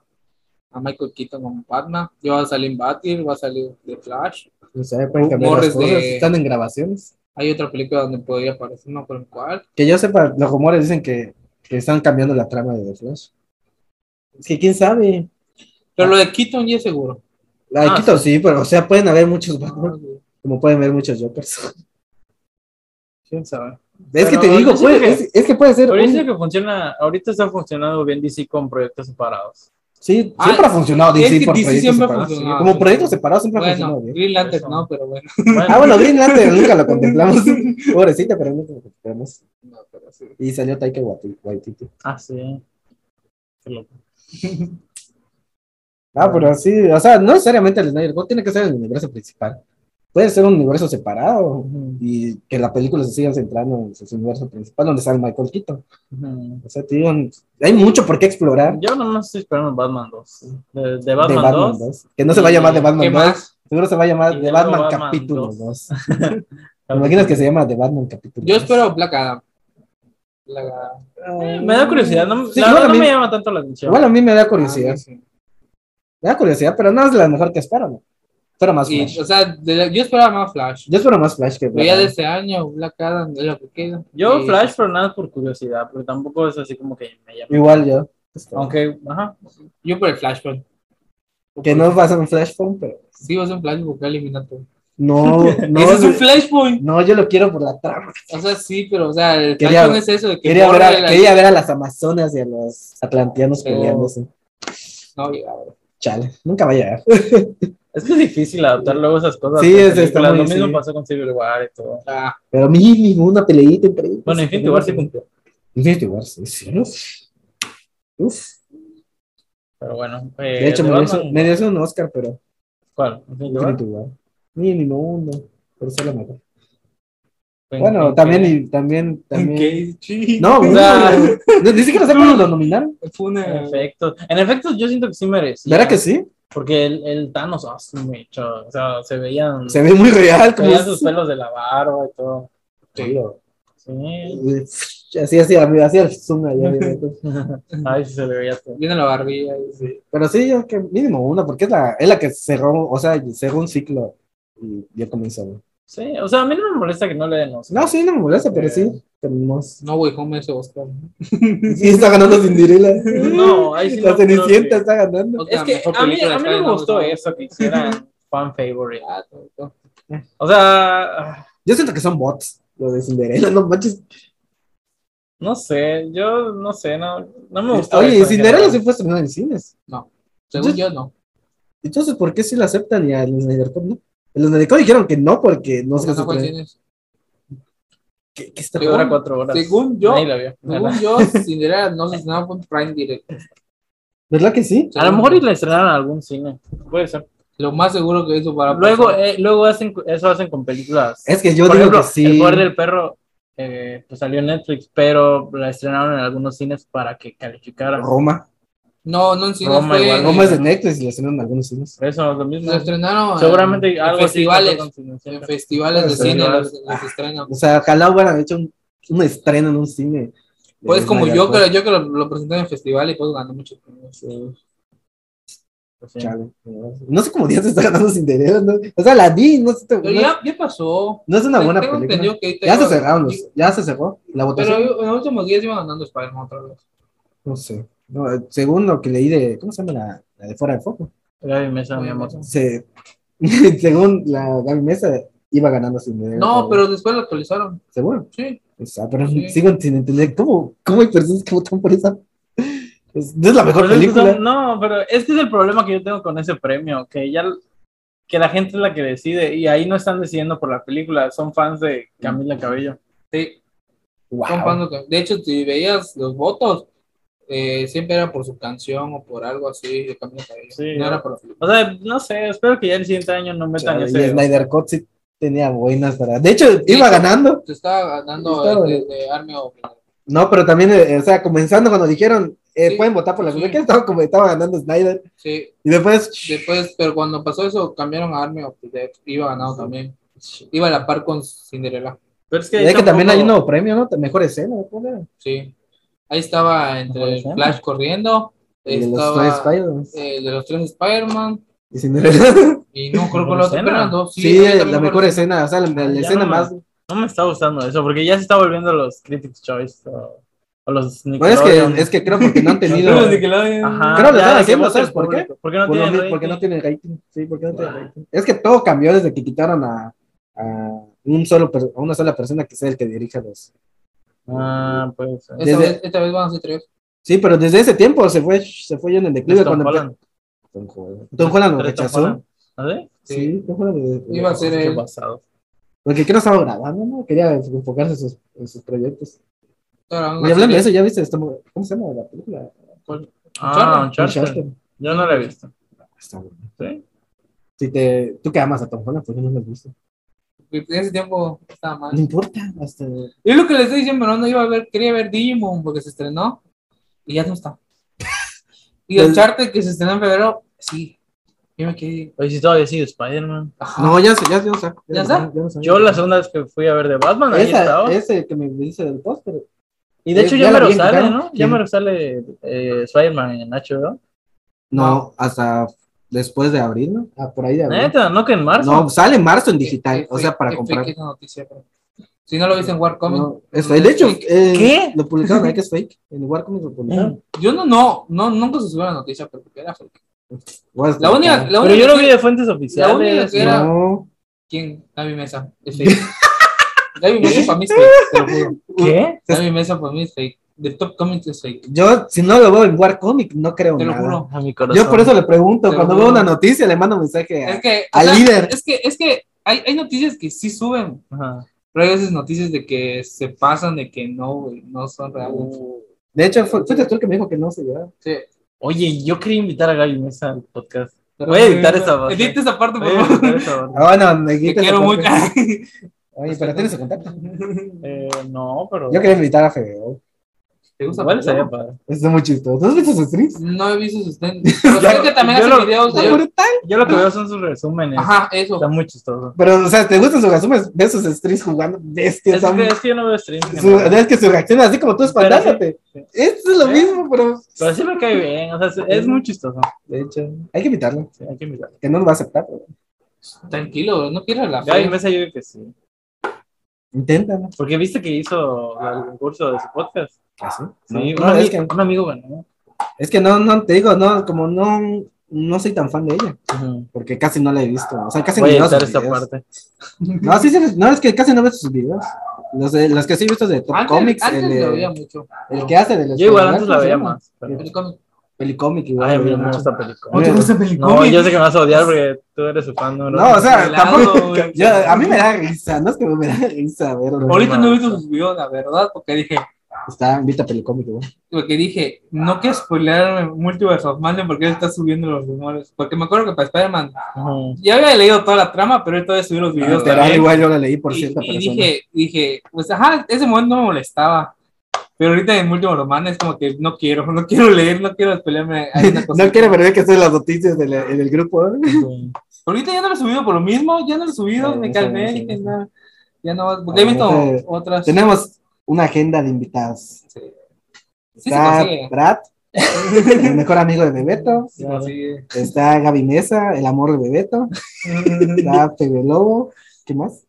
a Michael Keaton como Batman, ya va a salir Batman, va a salir The Flash, No sé, pueden cambiar las Morres de- cosas. Están en grabaciones. hay otra película donde podría aparecer, no pero en cuál, Que yo sepa, los rumores dicen que, que están cambiando la trama de The Flash. Es que quién sabe. pero lo de Keaton ya es seguro. La de Ah, Keaton sí, pero o sea, pueden haber muchos Batman, ¿Quién como pueden haber muchos Jokers. [LAUGHS] sabe? Es que Pero te digo, yo puede- siento que- es, es que puede ser. un- Ahorita que funciona, ahorita está funcionando bien DC con proyectos separados. Sí, Ah, siempre ha funcionado es DC que por DC proyectos siempre ha separados. funcionado. Como proyectos separados siempre ha Bueno, funcionado bien. Green Lantern Eso. no, pero bueno. Bueno, [LAUGHS] Ah, bueno, Green Lantern nunca lo [LAUGHS] contemplamos. Pobrecita, pero nunca lo contemplamos. No, pero sí. Y salió Taika Waiti- Waititi. Ah, sí. Qué loco. Ah, pero sí, o sea, no necesariamente el Snyder Cut tiene que ser el universo principal. Puede ser un universo separado Ujú. y que la película se siga centrando en su universo principal donde sale Michael Keaton. Ujú. O sea, te digo, hay mucho por qué explorar Yo nomás estoy esperando Batman 2. De, de de Batman, Batman 2. 2. Que no se va a llamar de Batman ¿Qué 2. más? Seguro se va a Y llamar de luego Batman, Batman capítulo 2. 2. ¿Te imaginas que se llama de Batman capítulo Yo 2? espero Black Adam. Black Adam. Eh, Me da curiosidad, no, Sí, la igual verdad a no mí- me llama tanto la atención. Igual a mí me da curiosidad. Ah, sí. Me da curiosidad, pero no es la mejor que espero. ¿no? Espero más Flash. Y, o sea, de la- yo esperaba más Flash. Yo espero más Flash que Pero ya de Batman. este año, Black Adam es lo que queda. Yo Y- Flash, pero nada por curiosidad, porque tampoco es así como que me llama. Igual yo. Aunque, ajá, Yo por el Flashpoint. Que no va a ser un Flashpoint, pero. Sí, va a ser un Flashpoint porque va a eliminar todo. [LAUGHS] No, no. Ese es un yo- Flashpoint. no, yo lo quiero por la trama. O sea, sí, pero o sea, el Quería- Flashpoint es eso de que Quería ver, borre a, la- quería ver a las Amazonas y a los Atlanteanos Pero- peleándose. No, llegaba. Chale, nunca va a llegar. es que es difícil adaptar luego esas cosas. Sí, a es- está películas. muy- Lo mismo sí. pasó con Civil War y todo. Ah, Pero mínimo una peleita entre ellos. Bueno, en fin, igual sí cumplió. Infinity War, sí, sí. Uf. Pero bueno. eh, De hecho, de me Batman, mereció, mereció un Oscar, pero ¿Cuál? Infinity War. Infinity War. Mínimo uno. Por eso lo mejor. Fue en- Bueno, en también, que- y también, también. ok, sí. No, O sea- no, ni siquiera sé cuándo lo nominaron. Fue una. En efecto, en efecto, yo siento que sí merecía. ¿Verdad que sí? Porque el, el Thanos, ah, sí, me echó, o sea, se veían, Se ve muy real. se Como veían sus pelos de la barba y todo. Sí. Sí. Así, así, así el zoom allá. mira. Ay, sí se le veía todo. Viene la barbilla. y sí. Pero sí, yo que mínimo una, porque es la, es la que cerró, o sea, cerró un ciclo y ya comenzó. Sí, o sea, a mí no me molesta que no le den Oscar. No, sí, no me molesta, pero sí, [LAUGHS] terminamos. No, güey, home ese Oscar. Sí, está ganando Cinderella. No, ahí sí La no creo Cenicienta que- está ganando. Es que a mí, a mí no me gustó eso [LAUGHS] que hicieran fan favorite. Ah, eso. O sea, ah, Yo siento que son bots, lo de Cinderella, no manches. no sé, yo no sé, no, no me gustó. Oye, eso y en Cinderella general. sí fue estrenada en cines. Según yo, no. Entonces, ¿por qué sí la aceptan y a los Snyder Cut no? A Los Snyder Cut dijeron que no porque no se No fue en supone- cines. ¿Qué, qué está Sí, dura Según- cuatro horas. según yo- Nadie la vio. Según yo, Cinderella no se estrenaba con Prime Direct. ¿Verdad que sí? A lo mejor y la estrenaron en algún cine. Puede ser. Lo más seguro que hizo para. Luego, eh, luego hacen, eso hacen con películas. Es que yo Por digo ejemplo, que sí. El Poder del Perro eh, pues salió en Netflix, pero la estrenaron en algunos cines para que calificara. Roma. No, no en cines. Roma fue- igual, Roma es de Netflix y la estrenan en algunos cines. Eso no es lo mismo. Lo estrenaron. Seguramente en, algo en festivales. así. pasó con En Cinecienta. festivales de Sí, cine claro. los, los estrenan. O sea, ojalá hubieran hecho un, un estreno en un cine. Pues como Snyder yo, Cut. que yo que lo, lo presenté en el festival y pues ganó muchos premios. Pues sí. Chale. No sé cómo Dios está ganando Cinderella. ¿no? O sea, la vi, no, sé, Pero no, ya, ya pasó. no es una buena Tengo película. entendido que ahorita Ya se iba- cerraron los, ya se cerró la votación. Pero en los últimos días iba ganando Spider-Man otra vez. No sé. No, eh, según lo que leí de, ¿cómo se llama la, la de fuera de foco? Gaby Mesa, mi amor. Se, [LAUGHS] según la Gaby Mesa, iba ganando Cinderella. No, pero después lo actualizaron. Seguro. Sí. O sea, pero Sí. sigo sin entender cómo, cómo hay personas que votan por esa. Es, no es la Ah, mejor Pero es que película. son- no, pero es que es el problema que yo tengo con ese premio, que ya que la gente es la que decide y ahí no están decidiendo por la película, son fans de Mm. Camila Cabello. Sí. Wow. son fans de- De hecho, si veías los votos, eh, siempre era por su canción o por algo así de Camila Cabello. Sí. no era por la película. O sea, no sé, espero que ya el siguiente año no metan Chale, y ese. Snyder Cut sí tenía buenas para. De hecho, iba ganando. Te estaba ganando Estaba- eh, de, de Army of No, pero también, eh, o sea, comenzando cuando dijeron, eh, Sí. pueden votar por la Sí. que estaba, como estaba ganando Snyder. Sí. Y después, Después, pero cuando pasó eso, cambiaron a Army of the Dead. Iba ganado también. Iba a la par con Cinderella. Pero es que, ya ahí que también hay tampoco- un nuevo premio, ¿no? Mejor escena, ¿cómo era? Sí. Ahí estaba Mejor entre el escena. Flash corriendo, el eh? de los Estaba eh, tres Spider-Man. el de los tres Spider-Man. Y [LAUGHS] Cinderella. Y no creo que Mejor lo está escena. esperando. Sí, a mí también la me mejor parece- escena, o sea, la, la Ya escena no. más. No me está gustando eso, porque ya se está volviendo los Critics' Choice o, o los Bueno, Pues es Nickelodeon. que, es que creo porque no han tenido. Pero por Ajá, creo que lo ya, están de haciendo, vote ¿sabes el por qué? público. ¿Por qué no lo tienen mi- rating? porque no tiene rating. Sí, porque no tiene Ah. rating. Es que todo cambió desde que quitaron a, a un solo per- a una sola persona que sea el que dirija los. Ah, pues. eh. Es- Esta, Desde- vez, esta vez van a ser tres. Sí, pero desde ese tiempo se fue, se fue John en declive Es Tom cuando Holland. empe- Tom Holland. Tom Holland lo ¿Tres Tom rechazó. Holland? ¿Ah, sí? Sí, Tom Holland lo- Iba a ser Qué él. pasado. Porque creo que estaba grabando, ¿no? Quería enfocarse en sus, en sus proyectos. Ahora van a Y hablando de ser- eso, ya viste, esta mu- ¿cómo se llama la película? Ah, Uncharted. Uncharted. Yo no la he visto. Está bueno. ¿Sí? Si te, tú que amas a Tom Holland, ¿por qué no lo has visto? En ese tiempo estaba mal. No importa, hasta... Y lo que les estoy diciendo, no, no iba a ver, quería ver Digimon porque se estrenó y ya no [LAUGHS] está. Y el Pues- charte que se estrenó en febrero, sí. Yo me quedé. Oye, si todavía sigue Spider-Man. Ajá. No, ya sé, ya sé, o sea, ¿Ya está? lo sé. Yo la segunda vez que fui a ver de Batman, ahí Esa, estaba. ese que me dice del póster. y de hecho eh, ya, ya la me lo vi en sale, Claro. ¿no? Ya Sí. me lo sale eh, Spider-Man en HBO. No, hasta después de abril, ¿no? Ah, por ahí de abril. Neta, no que en marzo. No, sale en marzo en Qué- digital, qué o sea, fake- para qué comprar. fake esa noticia, pero- Si no lo viste en Warcomic. No, es fake. De hecho, ¿qué? ¿Qué? Mm. Lo publicaron, ¿eh? que es fake. En Warcomic lo publicaron. Yo no, no, no, nunca se subió la noticia, pero porque era fake. Guas- La única, la Pero única yo lo que- vi de fuentes la única oficiales. que era- No. ¿Quién? Gaby Mesa. Es fake. Gaby Mesa para mí es fake, te lo juro. ¿Qué? Gaby Mesa para mí es fake. The Top Comics es fake. Yo, si no lo veo en Warcomic, no creo Te lo nada. juro. A mi corazón. Yo por eso le pregunto, Te cuando juro. veo una noticia le mando mensaje a... Es que, o Al sea, líder. Es que, es que hay, hay noticias que sí suben, Ajá. pero hay veces noticias de que se pasan, de que no, güey, no son reales. De hecho, fue, fuiste tú el que me dijo que no se llevaba. Sí. Oye, yo quería invitar a Gaby Mesa al podcast. Voy a editar esa parte. Edita esa parte, por Oye, [LAUGHS] favor. por favor. Ah, bueno, me Te quitas quiero el mucho. contacto. Oye, pero tienes su [LAUGHS] contacto. Eh, no, pero. Yo quería invitar a Fedeo. ¿Te gusta? Igual estaría padre. Está muy chistoso. ¿No has visto sus streams? No he visto sus tenis. Pero Ya- sé que también yo hace lo- videos Está de... brutal. Yo lo que veo son sus resúmenes. Ajá, eso. Está muy chistoso. Pero, o sea, ¿te gustan sus resumes? Ves sus streams jugando. Bestia, Es está que, muy- es que yo no veo streams. en su- general. Es que su reacción es así como tú espantándote. Pero Esto es lo Sí. mismo, pero... Pero sí me cae bien. O sea, es- es muy chistoso. De hecho, hay que invitarlo. Sí, hay que invitarlo. Que no lo va a aceptar. pero Tranquilo, bro, no pierdas la Gaby fe. Mesa, yo digo que sí. Inténtalo. Porque viste que hizo el concurso de su podcast. ¿Así? Ah, Sí, No, un, ami- es que, un amigo ganó. es que no, no, te digo, no, como no... No soy tan fan de ella, porque casi no la he visto. O sea, casi Voy a ni veo editar sus esta videos. parte. No, sí, sí, no, es que casi no veo sus videos. Los, de- los que sí he visto de Top Antes, Comics, antes el, de- lo veía mucho. el que hace de los Yo igual personajes, antes la ¿cómo se veía llama? más. pero- El cómic. Pelicomic igual. Ay, a lo mí veía no me mucho. gusta ¿No película. te gusta película? No, yo sé que me vas a odiar porque tú eres su fan número No, o uno. sea, Pelado, tampoco. güey. yo- a mí me da risa, no es que me da risa verlo. Ahorita no he visto sus videos, la verdad, porque dije, Está, invita a Pelicomic igual. porque dije, no quiero spoilear Multiverse of Madness porque él está subiendo los rumores. Porque me acuerdo que para Spider-Man Ujú. ya había leído toda la trama, pero él todavía subió los videos Literal, también. igual yo la leí Ah, por y, cierta y persona. dije, dije, pues ajá, ese momento no me molestaba. Pero ahorita en Multiverse of Madness es como que no quiero, [LAUGHS] no quiero leer, no quiero spoilearme. Hay una [LAUGHS] cosa. no quiere perder que estén las noticias de la- en el grupo. ¿eh? Ujú. Ahorita ya no lo he subido por lo mismo, ya no lo he subido, Sí, me sí, calmé, sí, dije, sí. no, ya no, porque he Ahorita visto otras. Tenemos una agenda de invitados. Sí, sí se Está consigue. Brad, el mejor amigo de Bebeto. Sí se consigue. Está Gaby Mesa, el amor de Bebeto. Está Pepe Lobo. ¿Qué más?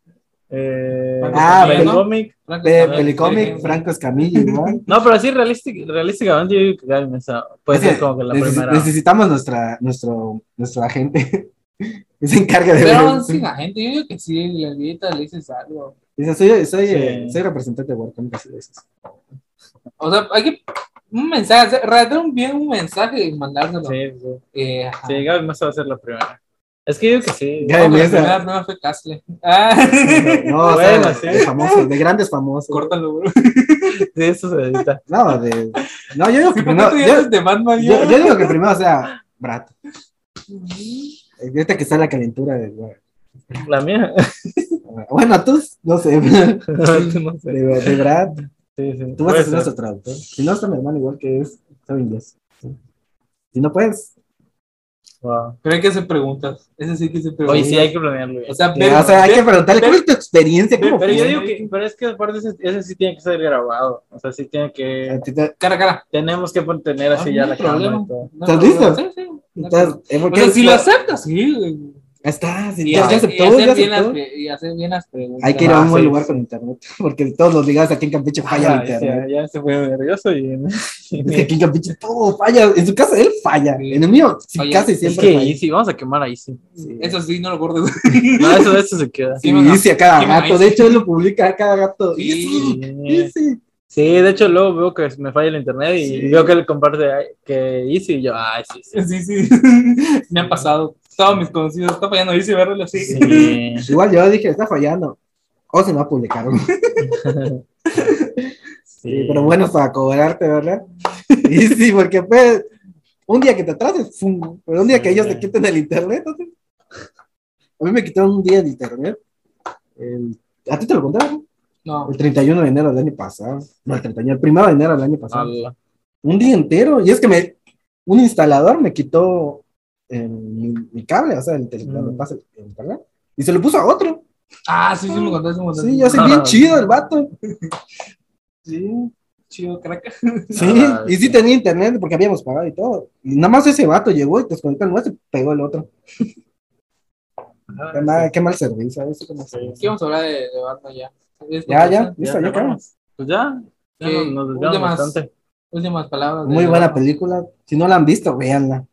Eh, Ah, el pero- cómic. Franco Pe- Escamilla, sí, Pelicomic, sí. Franco Escamilla igual. No, pero así realísti- realísticamente yo digo que Gaby Mesa puede Es que ser como que la neces- primera. Necesitamos nuestra, nuestro, nuestro agente que se encarga de Pero ver. aún sin la gente, yo digo que sí, le invita, le dices algo. Dice, soy, soy, eh, Sí. soy representante de Warcom, así le dices. O sea, hay que. Un mensaje, hacer- redactar un bien un mensaje y mandárselo. Sí, sí. Eh, ajá. Ah. Sí, Gaby Mesa va a ser la primera. Es que yo digo que sí. Ya de No, mesa. pero la primera- primera fue Castle. Ah, [LAUGHS] No, o Bueno, sea, sí. de famosos, de grandes famosos. córtalo, bro. De eso se edita. No, de. [LAUGHS] No, yo digo que Sí, ¿Por qué primero. tú Yo, ya eres de Batman? yo- ya? yo digo que primero sea Brad. Ahorita que está la calentura de. La mía. [LAUGHS] Bueno, tú, no sé. [LAUGHS] De, no sé. de Brad. Sí, sí. Tú vas a Puede ser nuestro ser. traductor. Si no, está mi hermano igual que es. Sabe inglés. Si no puedes, Wow. Pero hay que hacer preguntas. Ese sí que se pregunta. Hoy sí hay que planearlo. bien. O sea, ve- Eh, o sea, hay ve- que preguntarle ve- cuál es tu experiencia. ve- ¿Cómo Pero yo fue? digo que, pero es que aparte ese, ese sí tiene que ser grabado. O sea, sí tiene que. A ti te- cara a cara. Tenemos que tener así Ah, ya no la hay problema. cámara y todo. No, ¿Estás no, no, listo? sí, sí. No, Entonces, eh, o porque sea, si lo ya- aceptas, sí. güey. ya está, sí, Y, ya, ya hacer- y aceptó, hacer ya bien las, aceptó. pre- y hacer bien las preguntas. Hay que ir a Ah, un buen sí. lugar con internet, [LAUGHS] porque todos los ligados aquí en Campeche falla el Ah, ya, internet. ya se fue nervioso y. [LAUGHS] y- Es que aquí en Campeche todo falla, en su casa él falla, Sí. en el mío sí, Falla. casi Es siempre que falla. ahí sí, vamos a quemar ahí sí. Sí. Eso [LAUGHS] sí, no lo bordes. No, eso, eso se queda. Sí, Sí, bueno. sí, a cada Sí, rato, bueno, de ahí hecho él lo publica a cada rato. Sí. Sí, sí, Sí, sí. de hecho luego veo que me falla el internet y Sí. veo que él comparte ay, que Easy y yo, ay, sí, sí. Sí, sí. [LAUGHS] Me ha pasado. Todos mis conocidos está fallando. Dice, verlo así. Sí. Igual yo dije, está fallando. O se me va a publicar. Sí, [LAUGHS] pero bueno, para cobrarte, ¿verdad? [LAUGHS] Y sí, porque pues, un día que te atrases, fungo. Pero un día que ellos te quiten el internet, ¿no? A mí me quitaron un día el internet. El- ¿A ti te lo contaron? No. El 31 de enero del año pasado. No, el 31, el 1 de enero del año pasado. Ala. Un día entero. Y es que me, un instalador me quitó eh, mi, mi cable, o sea, el, el- Mm. el pase- el internet. Y se lo puso a otro. Ah, sí, sí, me contaste. me contaste. Sí, yo Ah. soy bien chido el vato. Sí. Chido, crack. Sí, Ah, y sí sí. tenía internet porque habíamos pagado y todo. Y nada más ese vato llegó y desconectó el nuestro y pegó el otro. Qué mal, qué mal servicio, ¿sabes? Qué mal servicio. [LAUGHS] Aquí vamos a hablar de, de banda ya. ¿Sabías Ya, qué ya, pasa? listo, ya acabamos. acabamos. Pues ya, ya Sí, nos- nos desviamos últimas- bastante. Últimas palabras. de- Muy buena película. Si no la han visto, véanla.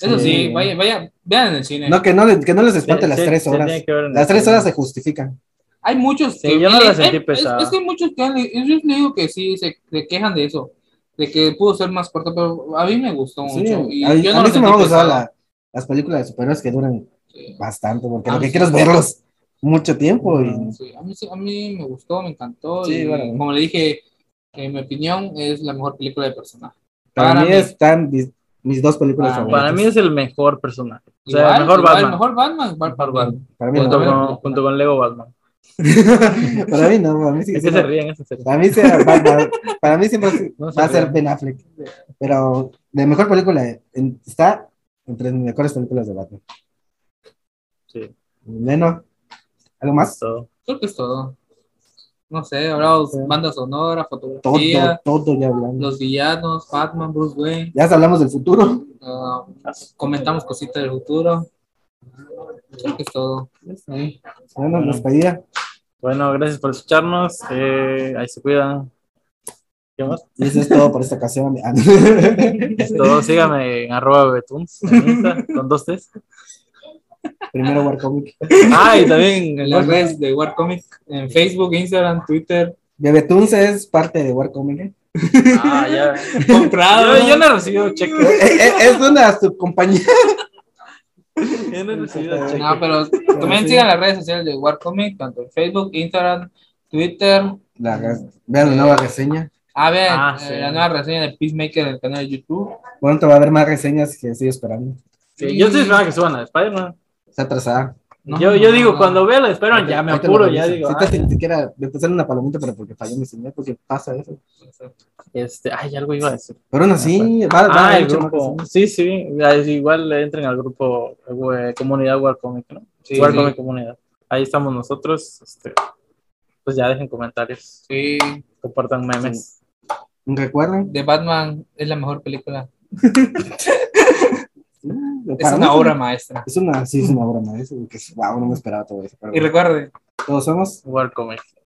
Eso sí, Sí. vaya, vaya, vean en el cine. No, que no, le- que no les espante Sí, las sí, tres sí, horas. tiene que ver en Las el tres cine. horas se justifican. Hay muchos Sí, yo no la hay- sentí hay- pesada. Es, es que hay muchos que han, yo le digo que sí, se, se quejan de eso, de que pudo ser más corta, pero a mí me gustó Sí, mucho. Y a, yo a no mí la sí me sentí ha gustado pesada. la- las películas de superhéroes que duran Sí, bastante, porque A lo mí que sí. quiero es verlos mucho tiempo. y- Ah, Mm. sí, a, mí, sí- a mí me gustó, me encantó. Sí, y bueno. como le dije, en mi opinión, es la mejor película de personaje. para, Para mí, mí- están mis, mis dos películas Para- favoritas. Ah, Para mí es el mejor personaje. O sea, Igual, el mejor igual, Batman. mejor Batman. Bar- Mejor Batman. Batman. para mí Junto, no. Bueno, con, junto con Lego Batman. [LAUGHS] para mí no, para mí sí. Es sí que no. se ríen, es en serio. Para mí, sí, va- [LAUGHS] va- para mí siempre sí, No se va a ser ríen. Ben Affleck. Pero la mejor película en- está entre mis mejores películas de Batman. Sí, Bueno, ¿algo más más? todo. Creo que es todo. No sé, hablamos banda sonora, Todo, fotografía, todo ya hablamos. los villanos, Batman, Bruce Wayne. Ya hablamos del futuro. ah, comentamos cositas del futuro. Creo que es todo. Bueno, Bueno. despedida. Bueno, gracias por escucharnos. Eh, ahí se cuidan. ¿Qué más? Y eso es todo por esta ocasión. [LAUGHS] Ah, no. Es todo. Síganme en arroba betuns [LAUGHS] en Insta, con dos T's. Primero Warcomic. Ah, y también En las redes de War Comic, en Facebook, Instagram, Twitter. Bebetunes es parte de Warcomic. ¿eh? Ah, [LAUGHS] ya. Comprado. Yo, yo no he recibido cheque. Eh, eh, Es una subcompañía. Yo no he recibido cheque. No, pero también sí. sigan las redes sociales de War Comic, tanto en Facebook, Instagram, Twitter. La res- Vean la nueva reseña. A ver, Ah, eh, sí. la nueva reseña de Peacemaker en el canal de YouTube. Pronto va a haber más reseñas que estoy esperando. Sí, yo estoy esperando que suban la de Spider-Man. Está atrasada. No, Ah, yo, yo digo, no. cuando veo la de Spider-Man, ya me Ahorita lo apuro, ya reviso. digo. Si ah, te ni siquiera de pasar una palomita, pero porque falló mi señal, porque pasa eso. este, ay, algo iba a decir. Pero aún así, va, va a Ah, haber el mucho más grupo. razón. Sí, sí. es Igual le entren al grupo eh, Comunidad Warcomic, ¿no? Sí, Warcomic sí. Comunidad. Ahí estamos nosotros. Este, pues ya dejen comentarios, Sí, compartan memes. Recuerden, de Batman es la mejor película. Es para una mí obra maestra. Es una, sí, es una obra maestra. porque es- Wow, no me esperaba todo eso. pero Y recuerden, todos somos Warcomic.